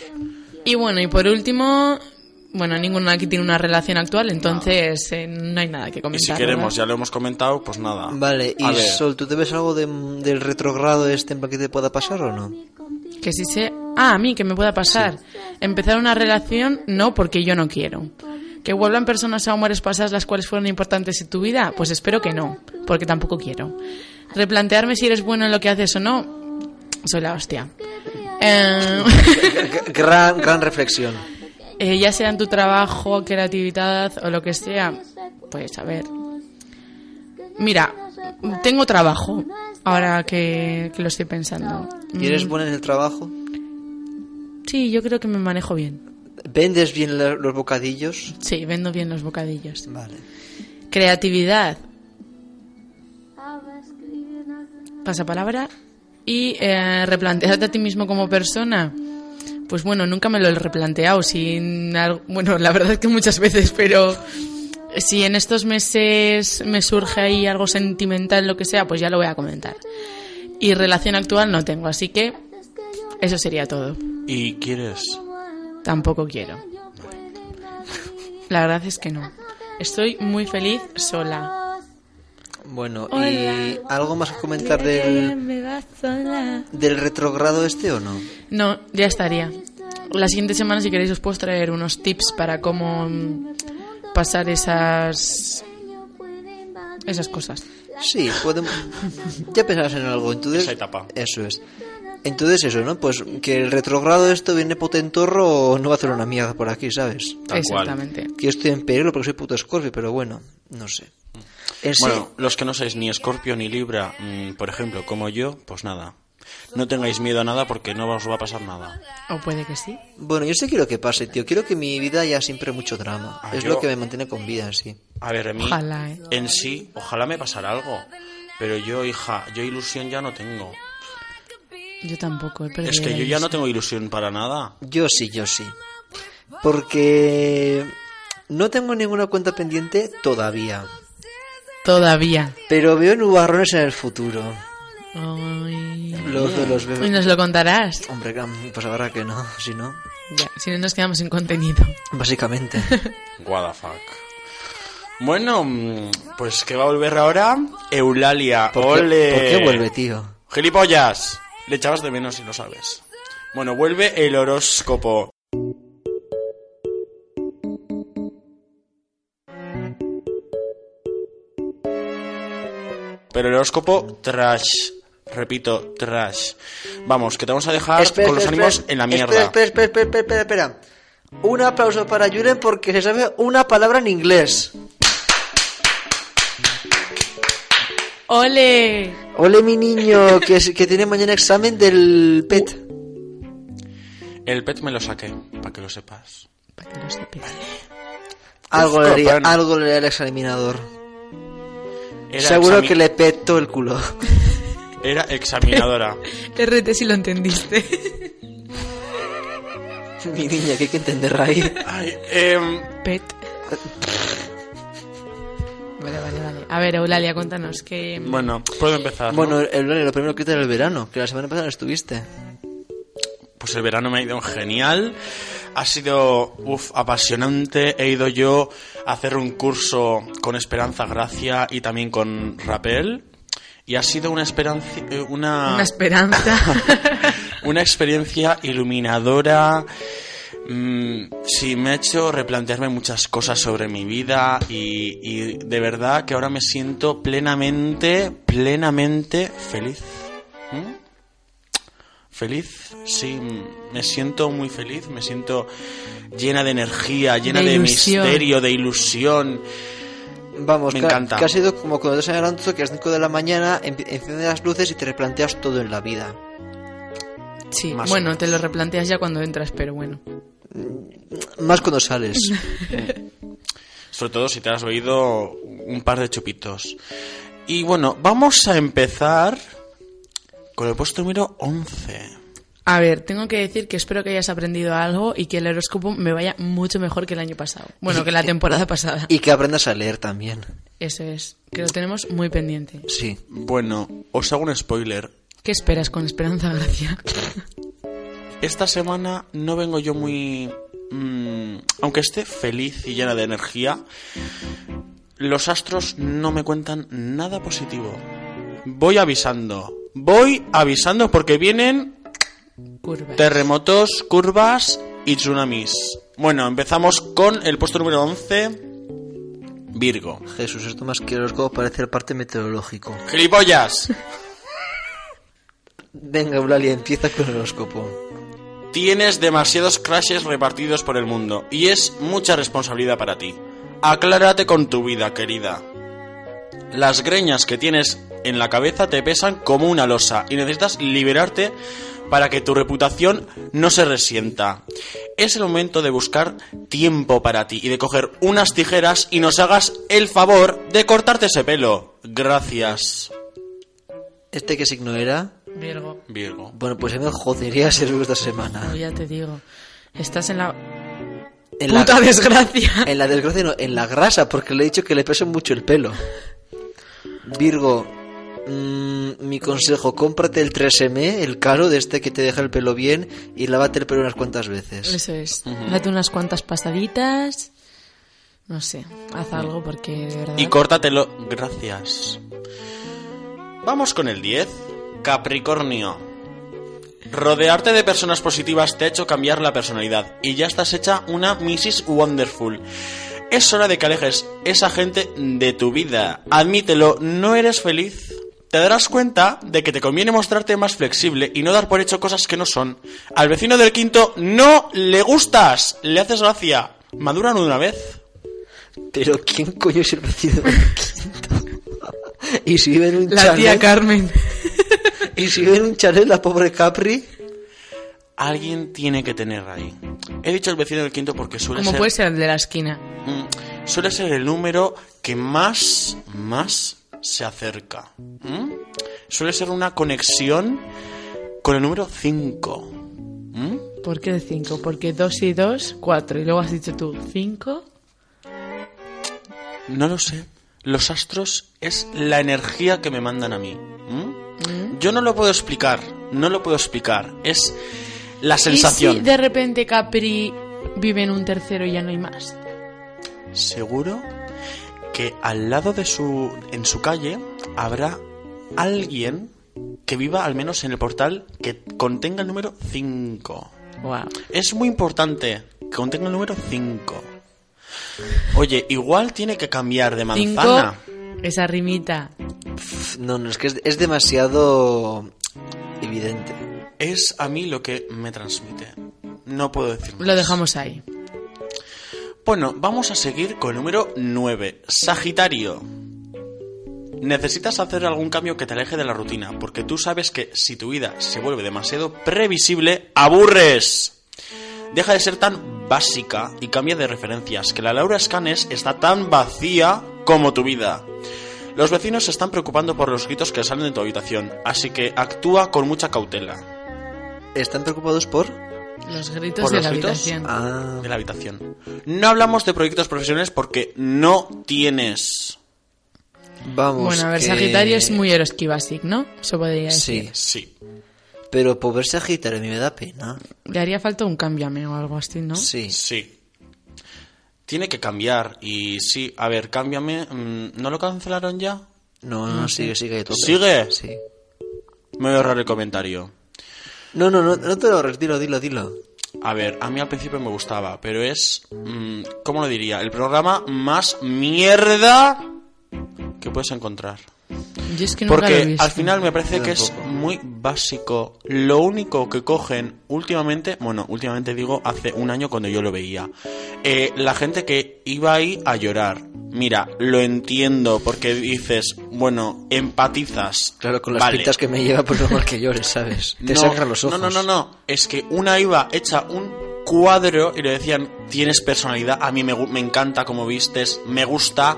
B: Y bueno, y por último, bueno, ninguno aquí tiene una relación actual, entonces eh, no hay nada que
C: Y si
B: comentar.
C: queremos,
B: ¿verdad?
C: ya lo hemos comentado, pues nada.
A: Vale,
C: A
A: y
C: ver,
A: Sol, ¿tú te ves algo de- del retrogrado este en plan que te pueda pasar o no?
B: Que si se... Ah, a mí, que me pueda pasar. Empezar una relación, no, porque yo no quiero. Que vuelvan personas a amores pasadas las cuales fueron importantes en tu vida, pues espero que no, porque tampoco quiero. Replantearme si eres bueno en lo que haces o no, soy la hostia. Eh, *laughs*
A: gran, gran reflexión.
B: eh, ya sea en tu trabajo, creatividad o lo que sea, pues a ver. Mira, tengo trabajo ahora que, que lo estoy pensando. Mm,
A: ¿Y eres buena en el trabajo?
B: Sí, yo creo que me manejo bien.
A: ¿Vendes bien la- los bocadillos?
B: Sí, vendo bien los bocadillos.
A: Vale.
B: Creatividad. Pasapalabra. Y eh, replantearte a ti mismo como persona. Pues bueno, nunca me lo he replanteado. Sin al- bueno, la verdad es que muchas veces, pero si en estos meses me surge ahí algo sentimental, lo que sea, pues ya lo voy a comentar. Y relación actual no tengo, así que eso sería todo.
C: ¿Y quieres?
B: Tampoco quiero. *laughs* La verdad es que no. Estoy muy feliz sola.
A: Bueno, ¿y algo más que comentar del, del retrogrado este o no?
B: No, ya estaría. La siguiente semana, si queréis, os puedo traer unos tips para cómo mm, pasar esas esas cosas.
A: Sí, podemos... ya pensabas en algo. Entonces...
C: Esa etapa.
A: Eso es. Entonces eso, ¿no? Pues que el retrogrado esto viene potentorro o no va a hacer una mierda por aquí, ¿sabes?
C: Tal cual.
B: Exactamente.
A: Que yo estoy en peligro porque soy puto Scorpio, pero bueno, no sé. En Eh, sí-
C: Bueno, los que no sois ni Escorpio ni Libra, mm, por ejemplo, como yo, pues nada. No tengáis miedo a nada porque no os va a pasar nada.
B: O puede que sí.
A: Bueno, yo sí quiero que pase, tío. Quiero que mi vida haya siempre mucho drama.
C: Ah,
A: es
C: yo-
A: lo que me mantiene con vida, sí.
C: A ver, a mí,
B: Ojalá, ¿eh?
C: en sí, ojalá me pasara algo. Pero yo, hija, yo ilusión ya no tengo.
B: Yo tampoco he perdido.
C: Es que
B: la
C: yo ya no
B: ilusión.
C: tengo ilusión para nada.
A: Yo sí, yo sí. Porque no tengo ninguna cuenta pendiente todavía.
B: Todavía.
A: Pero veo nubarrones en el futuro.
B: Ay.
A: Los de los bebés.
B: Y nos lo contarás.
A: Hombre, pues ahora que no, si no.
B: Ya, si no nos quedamos sin contenido.
A: Básicamente.
C: What the fuck. Bueno, mm, pues que va a volver ahora Eulalia.
A: ¿Por qué-
C: *laughs* ¡Ole!
A: ¿Por qué vuelve, tío?
C: ¡Gilipollas! Le echabas de menos si lo sabes. Bueno, vuelve el horóscopo. Pero el horóscopo trash. Repito, trash. Vamos, que te vamos a dejar Ah, con los ánimos en la mierda.
A: Espera, espera, espera, espera, espera, espera. Un aplauso para Julen porque se sabe una palabra en inglés.
B: ¡Ole!
A: Ole mi niño, que, es- que tiene mañana examen del E PET.
C: El pet me lo saqué, para que lo sepas.
B: Para que lo sepáis.
A: Algo le haría,
C: Copán.
A: algo le haría el examinador.
C: Era
A: Seguro
C: exami-
A: que le petó el culo.
C: Era examinadora.
A: *laughs*
B: RT si lo entendiste.
A: *laughs* mi niña, que hay que entender ahí.
C: Ay, em,
B: Pet. Vale, vale, vale. A ver, Eulalia, cuéntanos que...
C: bueno, puedo empezar. ¿no?
A: Bueno, el, lo primero que te era el verano, que la semana pasada no estuviste.
C: Pues el verano me ha ido genial. Ha sido uf, apasionante. He ido yo a hacer un curso con Esperanza Gracia y también con Rapel. Y ha sido una esperanza. eh, Una,
B: Una esperanza.
C: *laughs* una experiencia iluminadora. Mm, sí, me ha hecho replantearme muchas cosas sobre mi vida y, y de verdad que ahora me siento plenamente, plenamente feliz. ¿Mm? Feliz, sí, mm, me siento muy feliz, me siento llena de energía, llena
B: De
C: de,
B: ilusión.
C: misterio, de ilusión.
A: Vamos,
C: Me
A: que, ha-
C: encanta.
A: que ha sido como cuando te has adelantado que a las 5 de la mañana empi- enciendes las luces y te replanteas todo en la vida.
B: Sí,
C: Más o
B: bueno,
C: menos.
B: te lo replanteas ya cuando entras, pero bueno.
A: Más cuando
C: *laughs*
A: sales.
C: Sobre todo si te has oído un par de chupitos. Y bueno, vamos a empezar con el puesto número 11.
B: A ver, tengo que decir que espero que hayas aprendido algo y que el horóscopo me vaya mucho mejor que el año pasado. Bueno, que la temporada pasada.
A: Y que aprendas a leer también.
B: Eso es, que lo tenemos muy pendiente.
A: Sí.
C: Bueno, os hago un spoiler.
B: ¿Qué esperas con Esperanza Gracia?
C: Esta semana no vengo yo muy... mm, aunque esté feliz y llena de energía, los astros no me cuentan nada positivo. Voy avisando. Voy avisando porque vienen
B: Curva.
C: Terremotos, curvas y tsunamis. Bueno, empezamos con el puesto número 11, Virgo.
A: Jesús, esto más que horóscopo parece el parte meteorológico.
C: *laughs* ¡Gilipollas!
A: Venga, Eulalia, empieza con el horóscopo.
C: Tienes demasiados crashes repartidos por el mundo y es mucha responsabilidad para ti. Aclárate con tu vida, querida. Las greñas que tienes en la cabeza te pesan como una losa y necesitas liberarte para que tu reputación no se resienta. Es el momento de buscar tiempo para ti y de coger unas tijeras y nos hagas el favor de cortarte ese pelo. Gracias,
A: ¿Este qué signo era?
B: Virgo.
C: Virgo.
A: Bueno, pues a mí me jodería ser esta semana.
B: No, ya te digo. Estás en la
A: En la, *laughs*
B: puta desgracia.
A: en la desgracia no, en la grasa, porque le he dicho que le pesa mucho el pelo. Virgo, mm, mi consejo, cómprate el 3M, el caro, de este que te deja el pelo bien, y lávate el pelo unas cuantas veces.
B: Eso es. Date unas cuantas pasaditas. No sé, haz algo porque de verdad.
C: Y córtatelo. Gracias. Vamos con el 10. Capricornio. Rodearte de personas positivas te ha hecho cambiar la personalidad y ya estás hecha una Mrs. Wonderful. Es hora de que alejes esa gente de tu vida. Admítelo, no eres feliz. Te darás cuenta de que te conviene mostrarte más flexible y no dar por hecho cosas que no son. Al vecino del quinto no le gustas, le haces gracia. Maduran una vez.
A: Pero ¿quién coño es el vecino del quinto? y si vive en un
B: La tía
A: chalet,
B: Carmen.
A: y si vive en un chalet la pobre Capri,
C: Alguien tiene que tener ahí. He dicho el vecino del quinto porque suele
B: Como
C: ser,
B: puede ser el de la esquina.
C: mm, suele ser el número que más, más se acerca. ¿Mm? Suele ser una conexión con el número 5.
B: ¿Por qué de 5? Porque 2 y 2, 4. Y luego has dicho tú 5.
C: No lo sé. Los astros es la energía que me mandan a mí. ¿Mm? Yo no lo puedo explicar. No lo puedo explicar. Es la
B: ¿Y si
C: sensación.
B: de repente Capri vive en un tercero y ya no hay más?
C: seguro que al lado de su en su calle habrá alguien que viva al menos en el portal que contenga el número 5.
B: Wow.
C: Es muy importante que contenga el número 5. Oye, igual tiene que cambiar de
B: 5.
C: manzana.
B: Esa rimita.
A: pf, no, no, es que es, es demasiado evidente.
C: Es a mí lo que me transmite. No puedo decir más.
B: Lo dejamos ahí.
C: Bueno, vamos a seguir con el número 9, Sagitario. Necesitas hacer algún cambio que te aleje de la rutina, porque tú sabes que si tu vida se vuelve demasiado previsible, aburres. Deja de ser tan básica y cambia de referencias, que la Laura Scanes está tan vacía como tu vida. Los vecinos se están preocupando por los gritos que salen de tu habitación, así que actúa con mucha cautela
A: ¿Están preocupados por...?
B: Los gritos
C: ¿Por
B: de
C: los
B: la
C: gritos?
B: habitación.
A: Ah,
C: de la habitación. No hablamos de proyectos profesionales porque no tienes. pues
A: vamos.
B: bueno, a ver,
A: que-
B: Sagitario es muy Eroskivasic, ¿no? Eso podría decir.
A: Sí,
C: Sí.
A: pero pobre Sagitario a mí me da pena.
B: Le haría falta un cámbiame o algo así, ¿no?
A: Sí.
C: Sí. Tiene que cambiar. Y sí, a ver, cámbiame. mm, ¿No lo cancelaron ya?
A: No, no, sigue, sigue. tope.
C: ¿Sigue?
A: Sí.
C: Me voy a ahorrar el comentario.
A: No, no, no, no te lo ahorres, dilo, dilo, dilo.
C: A ver, a mí al principio me gustaba, pero es. mm, ¿Cómo lo diría? El programa más mierda que puedes encontrar.
B: Yo es que nunca lo he
C: Porque
B: visto.
C: al final me parece
A: Yo
C: que es
A: tampoco.
C: muy básico. Lo único que cogen últimamente, bueno, últimamente digo hace un año cuando yo lo veía, eh, la gente que iba ahí a llorar. Mira, lo entiendo porque dices, bueno, empatizas.
A: Claro, con las
C: Vale.
A: pintas que me lleva, pues normal que llores, ¿sabes? Te
C: No,
A: sangran los ojos.
C: No, no, no, no. Es que una iba hecha un cuadro y le decían, tienes personalidad, a mí me, gu- me encanta como vistes, me gusta.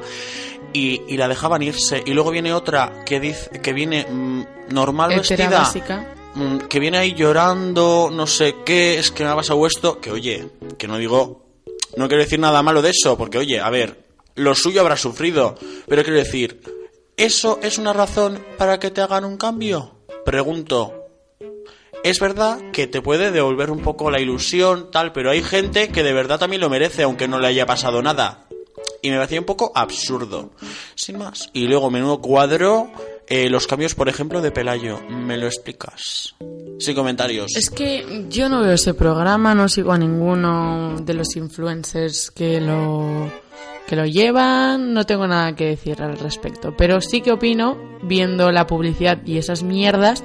C: Y, y la dejaban irse. Y luego viene otra que dice que viene mm, normal
B: Hetera
C: vestida.
B: básica.
C: mm, que viene ahí llorando, no sé qué, es que me ha pasado esto. Que oye, que no digo. No quiero decir nada malo de eso, porque oye, a ver, lo suyo habrá sufrido. Pero quiero decir, ¿eso es una razón para que te hagan un cambio? Pregunto, es verdad que te puede devolver un poco la ilusión, tal, pero hay gente que de verdad también lo merece, aunque no le haya pasado nada. Y me parecía un poco absurdo. Sin más. Y luego, menudo cuadro, eh, los cambios, por ejemplo, de Pelayo. ¿Me lo explicas? Sin comentarios.
B: Es que yo no veo ese programa, no sigo a ninguno de los influencers que lo que lo llevan, no tengo nada que decir al respecto, pero sí que opino viendo la publicidad y esas mierdas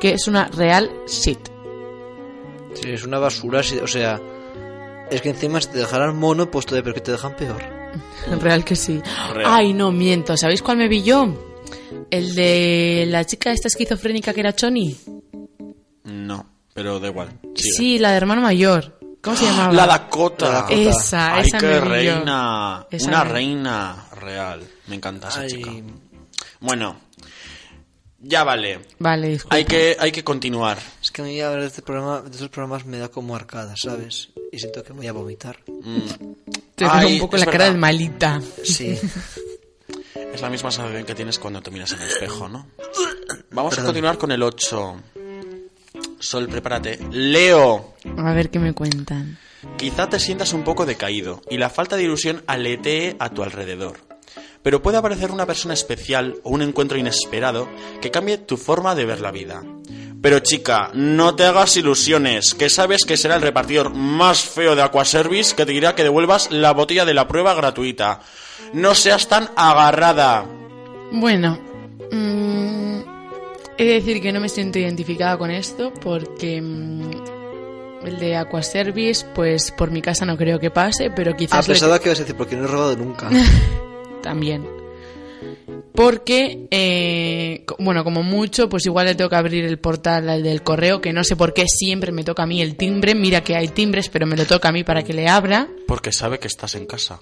B: que es una real shit. *laughs*
A: Sí, es una basura, sí, o sea, es que encima si te dejaran mono, pues todavía, pero que te dejan peor.
B: Real que sí.
C: Real.
B: Ay, no miento, ¿sabéis cuál me vi yo? El de la chica esta esquizofrénica que era Choni.
C: No, pero da igual.
B: Sí,
C: Sigue.
B: la de hermano mayor. ¿Cómo se llamaba?
C: *gasps* La Dakota.
A: La Dakota.
B: Esa,
C: Ay,
B: esa
C: qué
B: me vi yo.
C: reina.
B: Esa
C: Una
B: me-
C: reina real. Me encanta esa
A: Ay,
C: chica. Bueno, ya vale.
B: Vale, disculpa.
C: Hay que, hay que continuar.
A: es que a mí hablar de este programa, de estos programas me da como arcada, ¿sabes? Y siento que me voy a vomitar.
C: Mm,
B: Te veo
C: Ay,
B: un poco
C: es
B: la cara
C: verdad.
B: de malita.
A: *laughs* Sí.
C: es la misma sensación que tienes cuando te miras en el espejo, ¿no? Vamos a continuar con el 8. Sol, prepárate. Leo,
B: A ver qué me cuentan.
C: Quizá te sientas un poco decaído y la falta de ilusión aletee a tu alrededor. Pero puede aparecer una persona especial o un encuentro inesperado que cambie tu forma de ver la vida. Pero chica, no te hagas ilusiones, que sabes que será el repartidor más feo de Aquaservice que te dirá que devuelvas la botella de la prueba gratuita. No seas tan agarrada.
B: Bueno, mm, he de decir que no me siento identificada con esto porque mm, el de Aquaservice, pues por mi casa no creo que pase, pero
A: Ah,
B: quizás
C: pues
B: lo
A: pensaba que ibas a decir, porque no he robado *laughs* nunca.
B: también. Porque, eh, co- bueno, como mucho, pues igual le tengo que abrir el portal al del correo, que no sé por qué siempre me toca a mí el timbre. Mira que hay timbres, pero me lo toca a mí para que le abra.
C: Porque sabe que estás en casa.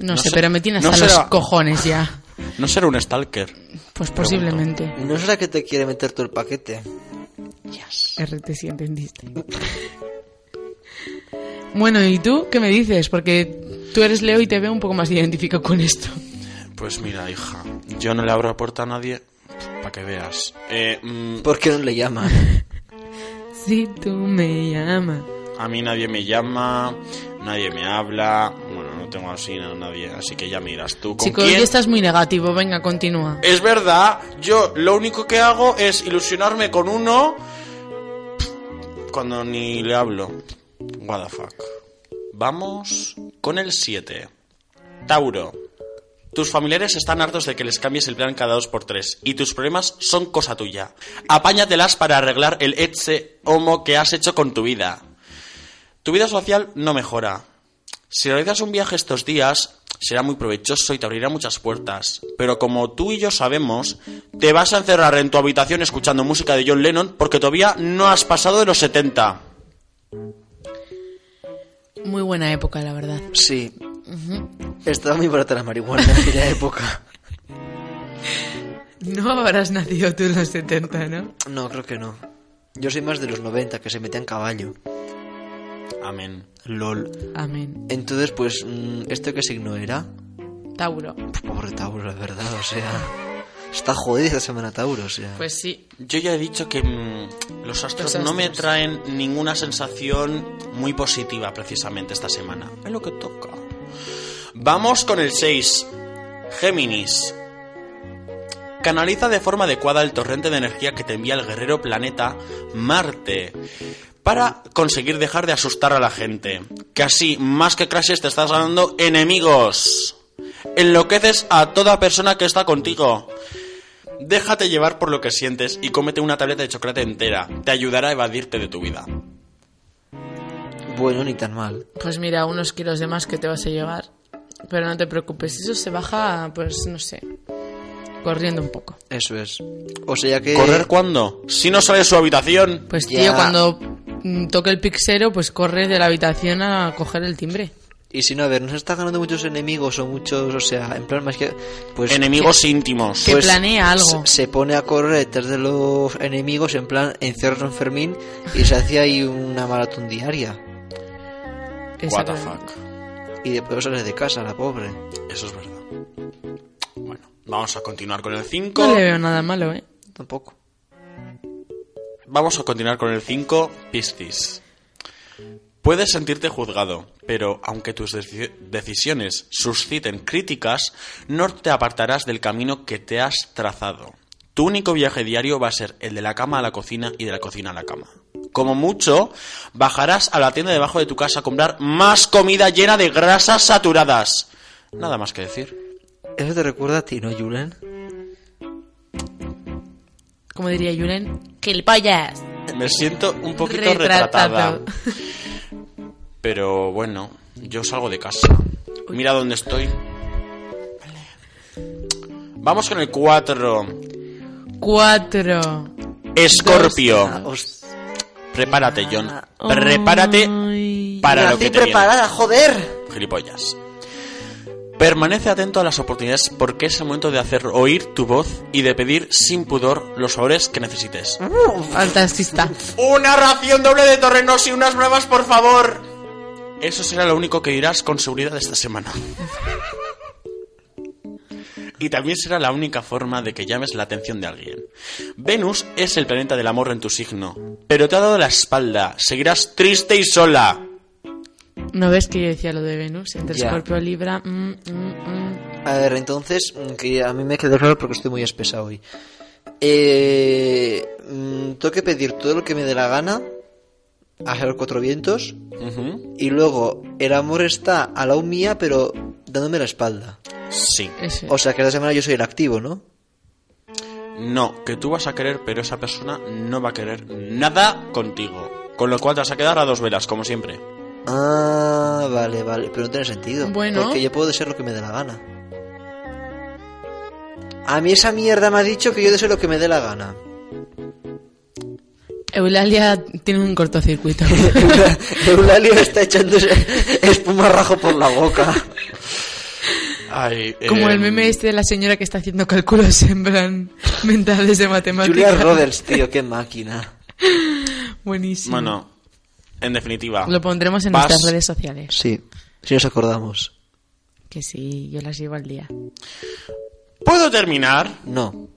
B: No,
C: No
B: sé,
C: sé-
B: pero me tiene
C: no
B: hasta los
C: será-
B: cojones
C: *laughs*
B: ya.
C: No será un stalker.
B: Pues posiblemente.
A: ¿No será que te quiere meter todo el paquete?
B: RT si entendiste. bueno, ¿y tú qué me dices? Porque tú eres Leo y te veo un poco más identificado con esto.
C: Pues mira, hija, yo no le abro la puerta a nadie para que veas. Eh, mm,
A: ¿Por qué no le llama?
B: Si tú me llamas.
C: A mí nadie me llama, nadie me habla. Bueno, no tengo así a nadie, así que ya miras tú. ¿Con
B: Chicos,
C: quién?
B: ya estás muy negativo. Venga, continúa.
C: Es verdad, yo lo único que hago es ilusionarme con uno cuando ni le hablo. What the fuck. Vamos con el 7. Tauro. Tus familiares están hartos de que les cambies el plan cada dos por tres y tus problemas son cosa tuya. Apáñatelas para arreglar el etxe homo que has hecho con tu vida. Tu vida social no mejora. Si realizas un viaje estos días, será muy provechoso y te abrirá muchas puertas. Pero como tú y yo sabemos, te vas a encerrar en tu habitación escuchando música de John Lennon porque todavía no has pasado de los 70.
B: Muy buena época, la verdad.
A: Sí. Estaba muy barata la marihuana en aquella época. *laughs*
B: No habrás nacido tú en los 70, ¿no?
A: No, creo que no. Yo soy más de los 90, que se metían caballo.
C: Amén.
A: LOL.
B: Amén.
A: Entonces, pues, mm, ¿esto qué signo era?
B: Tauro.
A: Pues, pobre Tauro, la verdad, o sea... Está jodida esta semana Tauro, o sea...
B: Pues sí.
C: Yo ya he dicho que mm, los astros
B: Los
C: no me
B: astros.
C: traen ninguna sensación muy positiva precisamente esta semana. Es lo que toca. Vamos con el 6. Géminis. Canaliza de forma adecuada el torrente de energía que te envía el guerrero planeta Marte para conseguir dejar de asustar a la gente. Que así, más que crashes, te estás ganando enemigos. Enloqueces a toda persona que está contigo. Déjate llevar por lo que sientes y cómete una tableta de chocolate entera. Te ayudará a evadirte de tu vida.
A: Bueno, ni tan mal.
B: Pues mira, unos kilos de más que te vas a llevar. Pero no te preocupes, eso se baja, pues no sé, corriendo un poco.
A: Eso es. O sea que...
C: ¿Correr cuándo? Si no sale de su habitación.
B: Pues
A: Ya.
B: tío, cuando mm, toque el pixero, pues corre de la habitación a coger el timbre.
A: Y si no, a ver, nos está ganando muchos enemigos o muchos... O sea, en plan más que... Pues...
C: Enemigos íntimos.
B: que planea algo.
A: Se se pone a correr detrás de los enemigos en plan encierro San Fermín y se hace ahí una maratón diaria.
C: What the
B: Exactamente.
C: fuck.
A: Y después sale de casa, la pobre.
C: Eso es verdad. Bueno, vamos a continuar con el 5.
B: No le veo nada malo, ¿eh?
A: Tampoco.
C: Vamos a continuar con el 5, Piscis. Puedes sentirte juzgado, pero aunque tus deci- decisiones susciten críticas, no te apartarás del camino que te has trazado. Tu único viaje diario va a ser el de la cama a la cocina y de la cocina a la cama. Como mucho, bajarás a la tienda debajo de tu casa a comprar más comida llena de grasas saturadas. Nada más que decir.
A: Eso te recuerda a ti, ¿no, Julen?
B: Como diría Julen, que el payas.
C: Me siento un poquito retratada.
B: Retratado.
C: Pero bueno, yo salgo de casa. Mira dónde estoy. Vale. Vamos con el 4.
B: Cuatro.
A: Ah,
C: Escorpio.
A: os-
C: Prepárate, John. Prepárate
B: Ay.
C: para
A: Mira,
C: lo que
A: estoy
C: te viene.
A: preparada, joder.
C: Gilipollas. Permanece atento a las oportunidades porque es el momento de hacer oír tu voz y de pedir sin pudor los favores que necesites.
B: Al taxista.
C: ¡Una ración doble de torrenos y unas nuevas, por favor! Eso será lo único que dirás con seguridad esta semana. Y también será la única forma de que llames la atención de alguien. Venus es el planeta del amor en tu signo, pero te ha dado la espalda. Seguirás triste y sola.
B: ¿No ves que yo decía lo de Venus? Entre
A: Ya.
B: Escorpio y Libra. mm, mm, mm.
A: A ver, entonces, mm, que a mí me quedó claro porque estoy muy espesa hoy. Eh, mm, tengo que pedir todo lo que me dé la gana a los cuatro vientos
C: Ujú.
A: y luego el amor está a la un mía pero dándome la espalda.
C: Sí.
B: Eso.
A: O sea que esta semana yo soy el activo, ¿no?
C: No, que tú vas a querer, pero esa persona no va a querer nada contigo. Con lo cual te vas a quedar a dos velas, como siempre.
A: Ah, vale, vale, pero no tiene sentido.
B: Bueno.
A: Porque yo puedo desear lo que me dé la gana. A mí esa mierda me ha dicho que yo deseo lo que me dé la
B: *laughs*
A: gana.
B: Eulalia tiene un cortocircuito.
A: Eulalia me está echándose espuma rajo por la boca.
C: Ay,
B: Como el
C: em,
B: meme este de la señora que está haciendo cálculos en plan *laughs* mentales de
A: Julia
B: matemáticas.
A: Roberts, tío, qué máquina.
B: Buenísimo.
C: Bueno, en definitiva.
B: Lo pondremos en
C: vas-
B: nuestras redes sociales.
A: Sí, si nos acordamos.
B: Que sí, yo las llevo al día.
C: ¿Puedo terminar?
A: No,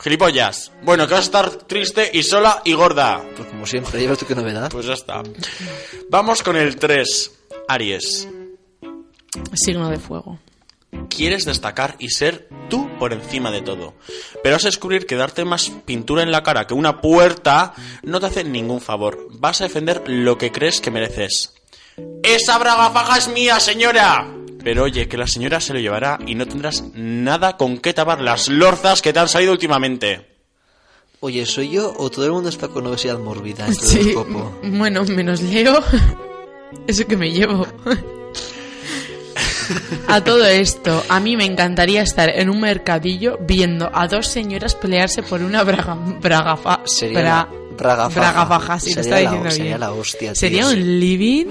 C: Gilipollas. Bueno, que vas a estar triste y sola y gorda.
A: pues como siempre, llevas tú qué novedad.
C: Pues ya está. Vamos con el 3. Aries.
B: Signo de fuego.
C: Quieres destacar y ser tú por encima de todo. Pero vas a descubrir que darte más pintura en la cara que una puerta no te hace ningún favor. Vas a defender lo que crees que mereces. ¡Esa braga faja es mía, señora! Pero oye, que la señora se lo llevará y no tendrás nada con qué tapar las lorzas que te han salido últimamente.
A: Oye, ¿soy yo o todo el mundo está con obesidad mórbida en todo
B: Sí.
A: el copo?
B: Bueno, menos Leo. *laughs* Eso que me
A: *laughs*
B: llevo. A todo esto, a mí me encantaría estar en un mercadillo viendo a dos señoras pelearse por una braga, braga fa-
A: Sería la-
B: bra-
A: bragafaja.
B: braga faja, sí,
A: Sería
B: lo está
A: la-
B: diciendo bien.
A: sería la hostia, tío,
B: Sería
A: sí.
B: un living,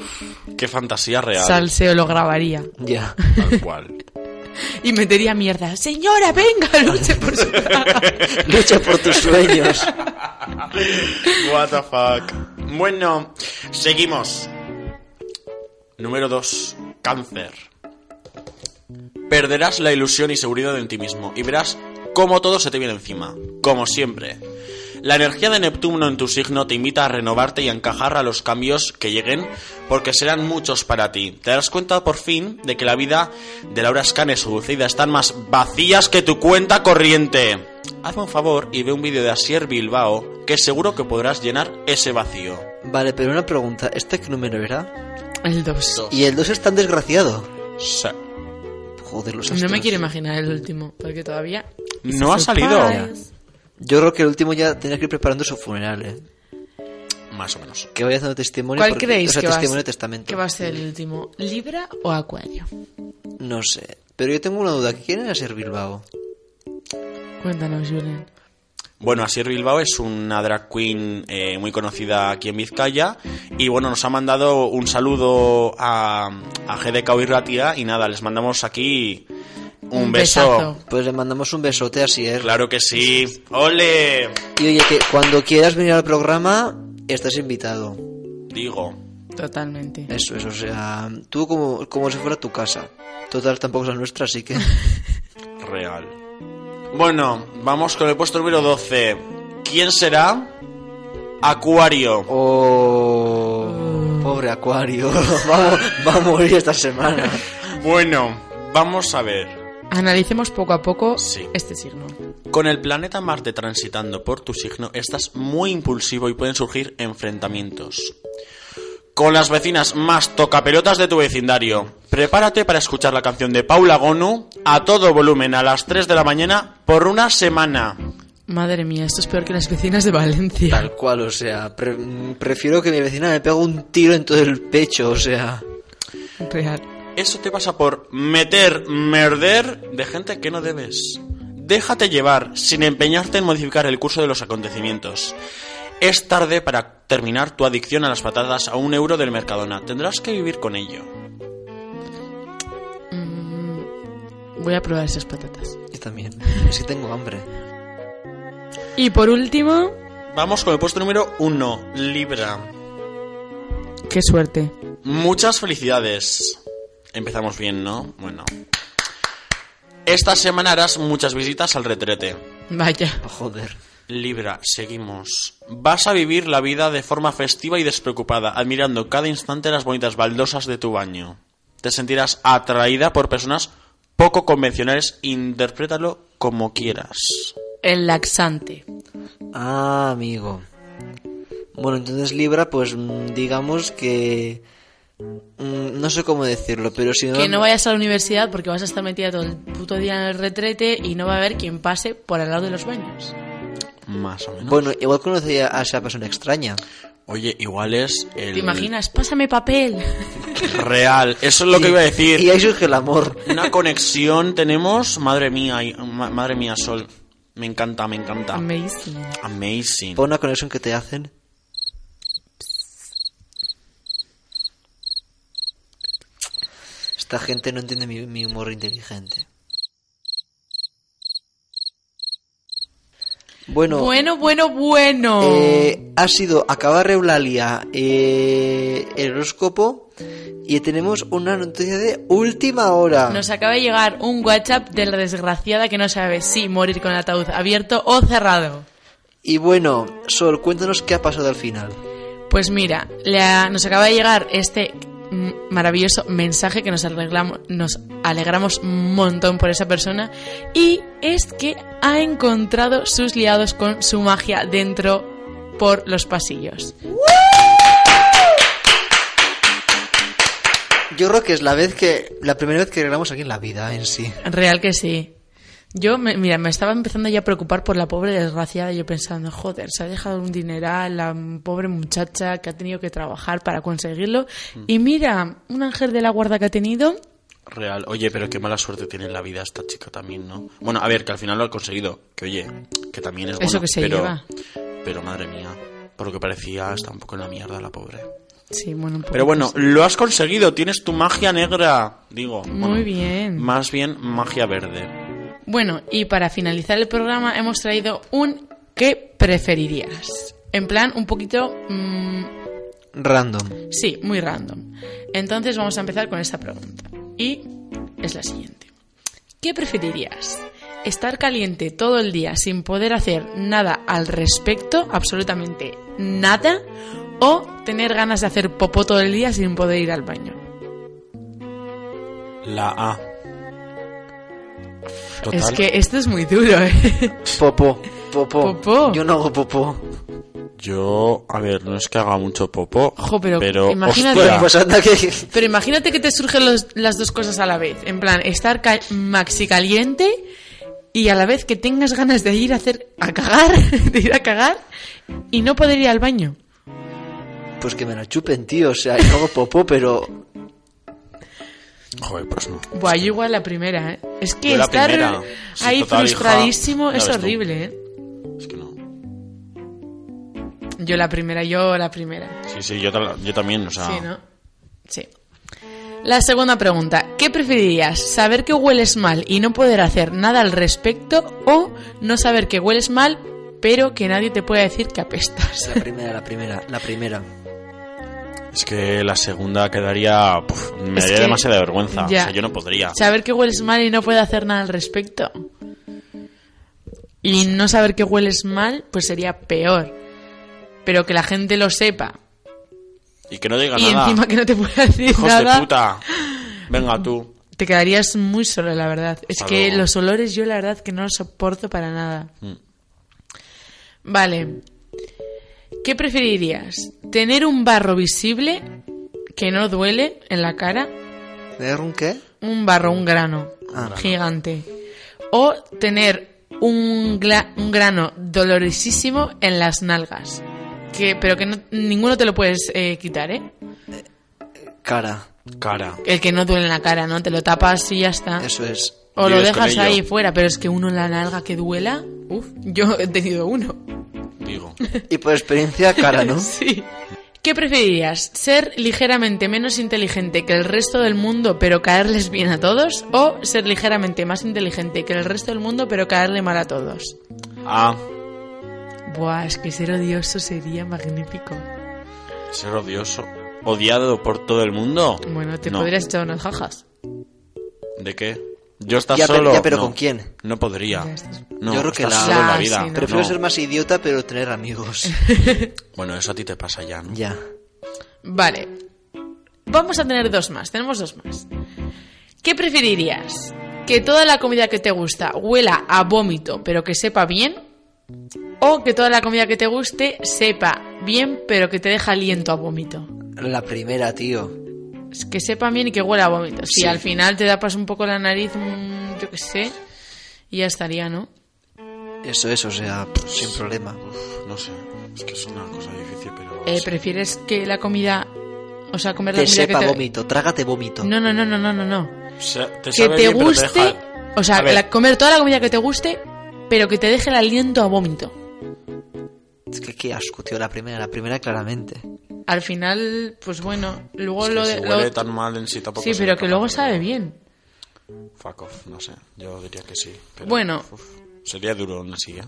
C: Qué fantasía real.
B: salseo lo grabaría.
A: Ya.
C: Tal cual.
B: Y metería mierda. Señora, venga, *laughs* luche por su
A: *laughs*
B: braga.
A: Lucha por tus sueños.
C: What the fuck. Bueno, seguimos. Número 2. Cáncer. Perderás la ilusión y seguridad en ti mismo y verás cómo todo se te viene encima, como siempre. La energía de Neptuno en tu signo te invita a renovarte y a encajar a los cambios que lleguen, porque serán muchos para ti. Te darás cuenta por fin de que la vida de Laura Scan es seducida están más vacías que tu cuenta corriente. Hazme un favor y ve un vídeo de Asier Bilbao, que seguro que podrás llenar ese vacío.
A: Vale, pero una pregunta. ¿Este qué número era?
B: El 2.
A: Y el 2 es tan desgraciado.
C: Sa-
A: Joder, los
B: No me
A: astros.
B: quiero imaginar el último, porque todavía...
C: No ha salido.
B: Surprise.
A: Yo creo que el último ya tenía que ir preparando su funeral, ¿eh?
C: Más o menos.
A: Que vaya haciendo testimonio.
B: ¿Cuál
A: porque-
B: creéis
A: o sea,
B: que, va a,
A: testimonio y
B: ser-
A: testamento.
B: que va a ser el último? ¿Libra o Acuario?
A: No sé. Pero yo tengo una duda. ¿Quién era ser Bilbao?
B: Cuéntanos, Julen.
C: Bueno, Asier Bilbao es una drag queen eh, muy conocida aquí en Vizcaya y bueno, nos ha mandado un saludo a, a GDK Irratia y nada, les mandamos aquí un,
B: Un
C: beso.
B: besazo.
A: Pues le mandamos un besote así es.
C: Claro que sí. ¡Ole!
A: Y oye, que cuando quieras venir al programa, estás invitado.
C: Digo,
B: Totalmente.
A: Eso es, o sea, tú como, como si fuera tu casa. Total, tampoco es la nuestra, así
B: *laughs*
A: que...
C: real. Bueno, vamos con el puesto número 12. ¿Quién será? Acuario.
A: Oh, pobre Acuario. *laughs* Vamos- va a morir esta semana.
C: Bueno, vamos a ver.
B: Analicemos poco a poco
C: Sí.
B: este signo.
C: Con el planeta Marte transitando por tu signo, estás muy impulsivo y pueden surgir enfrentamientos. Con las vecinas más tocapelotas de tu vecindario, prepárate para escuchar la canción de Paula Gonu a todo volumen a las 3 de la mañana por una semana.
B: Madre mía, esto es peor que las vecinas de Valencia.
A: Tal cual, o sea, pre- mm, prefiero que mi vecina me pegue un tiro en todo el pecho, o sea.
B: Real.
C: Eso te pasa por meter, merder de gente que no debes. Déjate llevar, sin empeñarte en modificar el curso de los acontecimientos. Es tarde para terminar tu adicción a las patatas a un euro del Mercadona. Tendrás que vivir con ello.
B: Voy a probar esas patatas.
A: Yo también. Es que tengo hambre.
B: Y por último,
C: Vamos con el puesto número 1, Libra.
B: qué suerte.
C: Muchas felicidades. Empezamos bien, ¿no? Bueno. Esta semana harás muchas visitas al retrete.
B: Vaya.
A: Ah, Joder.
C: Libra, seguimos. Vas a vivir la vida de forma festiva y despreocupada, admirando cada instante las bonitas baldosas de tu baño. Te sentirás atraída por personas poco convencionales, interprétalo como quieras.
B: El laxante.
A: Ah, amigo. Bueno, entonces Libra, pues mm, digamos que. mm, No sé cómo decirlo, pero si
B: Que no vayas a la universidad porque vas a estar metida todo el puto día en el retrete y no va a haber quien pase por al lado de los baños.
C: Más o menos.
A: Bueno, igual conocí a esa persona extraña.
C: Oye, igual es el
B: ¿Te imaginas? Pásame papel.
C: real. Eso es lo que iba a decir.
A: Y ahí surge el amor.
C: Una conexión tenemos, madre mía, y- ma- madre mía, Sol. Me encanta, me
B: *laughs*
C: encanta.
B: Amazing.
C: Amazing.
A: Por una conexión que te hacen. Esta gente no entiende mi, mi humor inteligente. Bueno,
B: Bueno, bueno, bueno.
A: eh, ha sido acabar Eulalia eh, el horóscopo y tenemos una noticia de última hora.
B: Nos acaba de llegar un WhatsApp de la desgraciada que no sabe si morir con el ataúd abierto o cerrado.
A: Y bueno, Sol, cuéntanos qué ha pasado al final.
B: Pues mira, la- nos acaba de llegar este mm, maravilloso mensaje que nos, arreglamos, nos alegramos un montón por esa persona y es que ha encontrado sus liados con su magia dentro por los pasillos.
A: Yo creo que es la vez que la primera vez que regalamos a alguien la vida en sí.
B: Real que sí. Yo, me- mira, me estaba empezando ya a preocupar por la pobre desgraciada. Yo pensando, joder, se ha dejado un dineral la pobre muchacha que ha tenido que trabajar para conseguirlo.
C: Mm.
B: Y mira, un ángel de la guarda que ha tenido.
C: Real. Oye, pero qué mala suerte tiene en la vida esta chica también, ¿no? Bueno, a ver, que al final lo ha conseguido. Que oye, que también es bueno.
B: Eso que se
C: pero,
B: lleva.
C: Pero madre mía, por lo que parecía, está un poco en la mierda la pobre.
B: Sí, bueno, un poco
C: Pero bueno, lo has conseguido, tienes tu magia negra. Digo,
B: Muy
C: bueno,
B: bien.
C: Más bien magia verde.
B: Bueno, y para finalizar el programa hemos traído un ¿qué preferirías? En plan, un poquito... mm,
A: Random.
B: sí, muy random. Entonces vamos a empezar con esta pregunta. Y es la siguiente. ¿Qué preferirías? ¿Estar caliente todo el día sin poder hacer nada al respecto? Absolutamente nada. ¿O tener ganas de hacer popó todo el día sin poder ir al baño?
C: La A. Total.
B: Es que esto es muy duro, ¿eh?
A: Popó. Popó.
B: Popó.
A: Yo no hago popó.
C: Yo, a ver, no es que haga mucho popo.
B: Jo, pero imagínate-
C: hostia,
A: Pues anda que...
B: Pero imagínate que te surgen los- las dos cosas a la vez. En plan, estar ca- maxi caliente y a la vez que tengas ganas de ir a hacer a cagar, *laughs* de ir a cagar y no poder ir al baño.
A: Pues que me la chupen, tío. O sea, yo hago popó, pero...
C: Joder, pues no.
B: Buah, yo igual la primera, ¿eh? Es que
C: Yo la
B: estar
C: primera. Sí,
B: ahí
C: total, hija.
B: frustradísimo
C: Ya
B: es
C: ves tú.
B: horrible, ¿eh?
C: Es que no.
B: Yo la primera, yo la primera.
C: Sí, sí, yo, tal- yo también, o sea.
B: Sí, ¿no? Sí. La segunda pregunta, ¿qué preferirías? ¿Saber que hueles mal y no poder hacer nada al respecto o no saber que hueles mal pero que nadie te pueda decir que apestas?
A: La primera, la primera, la primera.
C: Es que la segunda quedaría. puf, me
B: Es
C: daría
B: que-
C: demasiada vergüenza.
B: ya.
C: O sea, yo no podría.
B: Saber que hueles mal y no poder hacer nada al respecto. Y no saber que hueles mal, pues sería peor. pero que la gente lo sepa
C: Y que no diga
B: y
C: nada.
B: encima que no te pueda decir
C: Hijos
B: nada,
C: de puta. Venga tú.
B: te quedarías muy solo, la verdad. Es
C: Hasta
B: que
C: luego.
B: los olores yo la verdad que no los soporto para nada.
C: Mm.
B: Vale. ¿Qué preferirías? ¿Tener un barro visible que no duele en la cara?
A: ¿Tener un qué?
B: Un barro, un grano
A: Ah.
B: gigante. O tener un, gla- un grano dolorisísimo en las nalgas. Que, pero que no- ninguno te lo puedes eh, quitar, ¿eh?
A: Cara.
C: Cara.
B: El que no duele en la cara, ¿no? Te lo tapas y ya está.
A: Eso es.
B: O lo
C: Vives con
B: dejas ahí
C: ello.
B: fuera, pero es que uno en la nalga que duela. Uf, yo he tenido uno. *laughs*
C: Digo.
A: Y por experiencia, cara, ¿no?
B: Sí. ¿Qué preferirías? ¿Ser ligeramente menos inteligente que el resto del mundo pero caerles bien a todos? ¿O ser ligeramente más inteligente que el resto del mundo pero caerle mal a todos?
C: Ah,
B: Buah, es que ser odioso sería magnífico.
C: ser odioso. Odiado por todo el mundo.
B: Bueno, te
C: No.
B: podrías echar unas jajas.
C: ¿De qué? Yo estar
A: Ya, pero-
C: solo.
A: ya, pero
C: no.
A: ¿con quién?
C: No podría.
B: Ya estás-
C: No,
A: Yo creo que
C: estar
A: la-
C: solo en
B: La-
C: la vida.
B: sí, ¿no?
A: Prefiero
C: no.
A: ser más idiota, pero tener
B: *laughs*
A: amigos.
C: Bueno, eso a ti te pasa ya, ¿no?
A: ya.
B: Vale. Vamos a tener dos más, tenemos dos más. ¿Qué preferirías? ¿Que toda la comida que te gusta huela a vómito pero que sepa bien? ¿O que toda la comida que te guste sepa bien pero que te deja aliento a vómito?
A: La primera, tío.
B: Es que sepa bien y que huela a vómito. Si al final te tapas un poco la nariz, mm, yo qué sé, y ya estaría, ¿no?
A: Eso es, o sea, sin problema.
C: Uf, no sé. Es que es una cosa difícil, pero.
B: Eh,
C: sí.
B: ¿Prefieres que la comida... O sea, comer la
A: Te
B: comida
A: sepa
B: que te...
A: vómito, trágate vómito.
B: No, no, no, no, no, no, no.
C: Se- te
B: que
C: Pues sabe
B: te
C: bien, pero
B: guste,
C: deja-
B: o sea,
C: A ver,
B: la- comer toda la comida que te guste, pero que te deje el aliento a vómito.
A: Es que qué asco, tío, la primera, la primera claramente.
B: Al final, pues bueno, luego
C: es que
B: lo
C: si
B: de.
C: huele
B: lo-
C: tan mal en sí tampoco
B: sí,
C: se
B: pero
C: me
B: que
C: toca,
B: luego sabe bien.
C: Fuck off, no sé. Yo diría que sí. pero,
B: Bueno.
C: uf, sería duro aún así, ¿eh?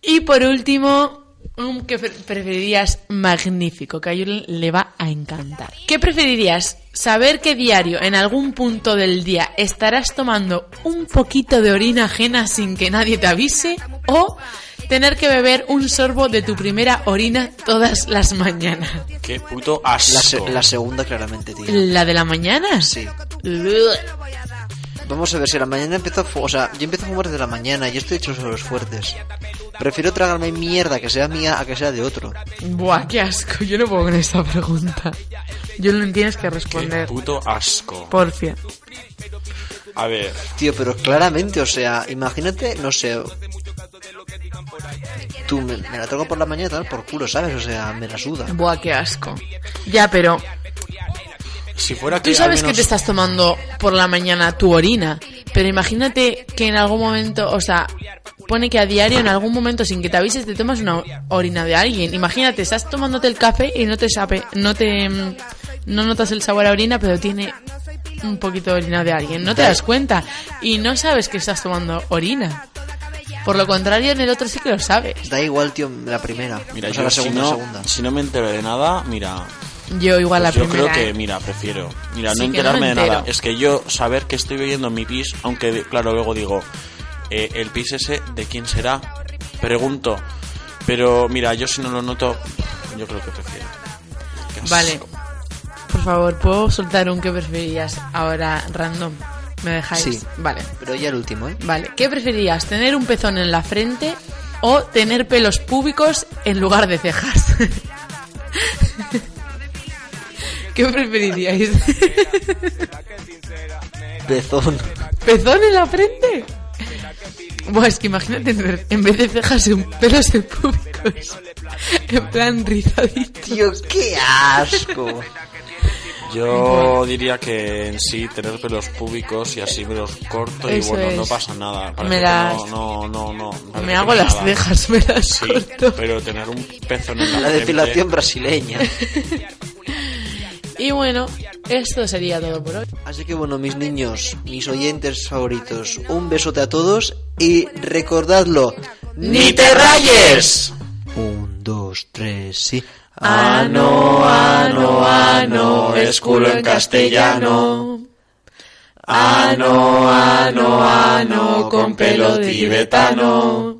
B: Y por último, un que pre- preferirías magnífico, que a Yuri le va a encantar. ¿Qué preferirías? ¿Saber que diario, en algún punto del día, estarás tomando un poquito de orina ajena sin que nadie te avise? ¿O tener que beber un sorbo de tu primera orina todas las mañanas?
C: Qué puto
A: La, se-
C: asco.
A: la segunda claramente, tío.
B: ¿La de la mañana?
A: Sí.
B: Ugh.
A: Vamos a ver, si a la mañana empiezo a fu- O sea, yo empiezo a fumar desde la mañana y estoy hecho sobre los fuertes. Prefiero tragarme mierda que sea mía a que sea de otro.
B: Buah, qué asco. Yo no puedo con esta pregunta. Yo no tienes que
C: Qué
B: responder.
C: puto asco.
B: Porfia.
C: A ver,
A: Tío, pero claramente, o sea, imagínate, no sé. Tú me, me la trago por la mañana tal por culo, ¿sabes? O sea, me la suda.
B: Buah, qué asco. Ya, pero
C: si fuera
B: tú
C: que. al
B: sabes que
C: menos-
B: te estás tomando por la mañana tu orina, pero imagínate que en algún momento, o sea, pone que a diario en algún momento sin que te avises te tomas una orina de alguien. Imagínate, estás tomándote el café y no te sabe, no te mm, no notas el sabor a orina, pero tiene un poquito de orina de alguien. No te das cuenta y no sabes que estás tomando orina. Por lo contrario, en el otro sí que lo sabes.
A: Da igual, tío, la primera.
C: Mira,
A: o sea,
C: yo
A: la
C: si
A: segunda,
C: no,
A: segunda.
C: si no me entero de nada, mira,
B: Yo igual
C: Pues
B: la
C: yo
B: primera.
C: creo que,
B: ¿eh?
C: mira, prefiero. Mira,
B: Sí,
C: no
B: que no me
C: enterarme de nada.
B: entero.
C: Es que yo saber que estoy bebiendo mi pis, aunque claro, luego digo, eh, el pis ese, ¿de quién será? Pregunto. Pero mira, yo si no lo noto, yo creo que prefiero. Qué asco.
B: Vale. Por favor, ¿puedo soltar un que preferirías ahora random? ¿Me dejáis?
A: Sí.
B: Vale,
A: Pero ya el último, ¿eh?
B: vale. ¿Qué preferirías? ¿Tener un pezón en la frente o tener pelos púbicos en lugar de cejas? *laughs* ¿Qué preferiríais? *laughs*
A: Pezón.
B: ¿Pezón en la frente? Buah, es que imagínate tener en vez de cejas un pelos de públicos. En plan rizadito.
A: Tío, qué asco.
C: Yo diría que en sí tener pelos públicos y así me los corto
B: Eso
C: y bueno, no
B: es.
C: pasa nada. Parece
B: Me
C: que
B: las-
C: No, no, no, no, parece
B: Me
C: que
B: hago las
C: nada.
B: cejas, me las
C: Sí,
B: corto.
C: pero tener un pezón en la,
A: La
C: frente-
A: depilación brasileña.
B: Y bueno, esto sería todo por hoy.
A: Así que bueno, mis niños, mis oyentes favoritos, un besote a todos y recordadlo.
B: ¡Ni te rayes!
A: Un, dos, tres, sí.
B: Ano, ano, ano, es culo en castellano. Ano, ano, ano, con pelo tibetano.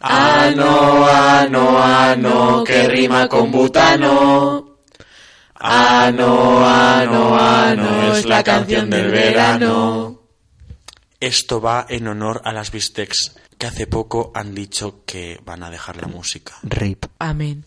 C: Ano, ano, ano, que rima con butano. Ano, ano, ano, es la canción del verano. Esto va en honor a las Bistecs, que hace poco han dicho que van a dejar la música.
A: Rape.
B: Amén.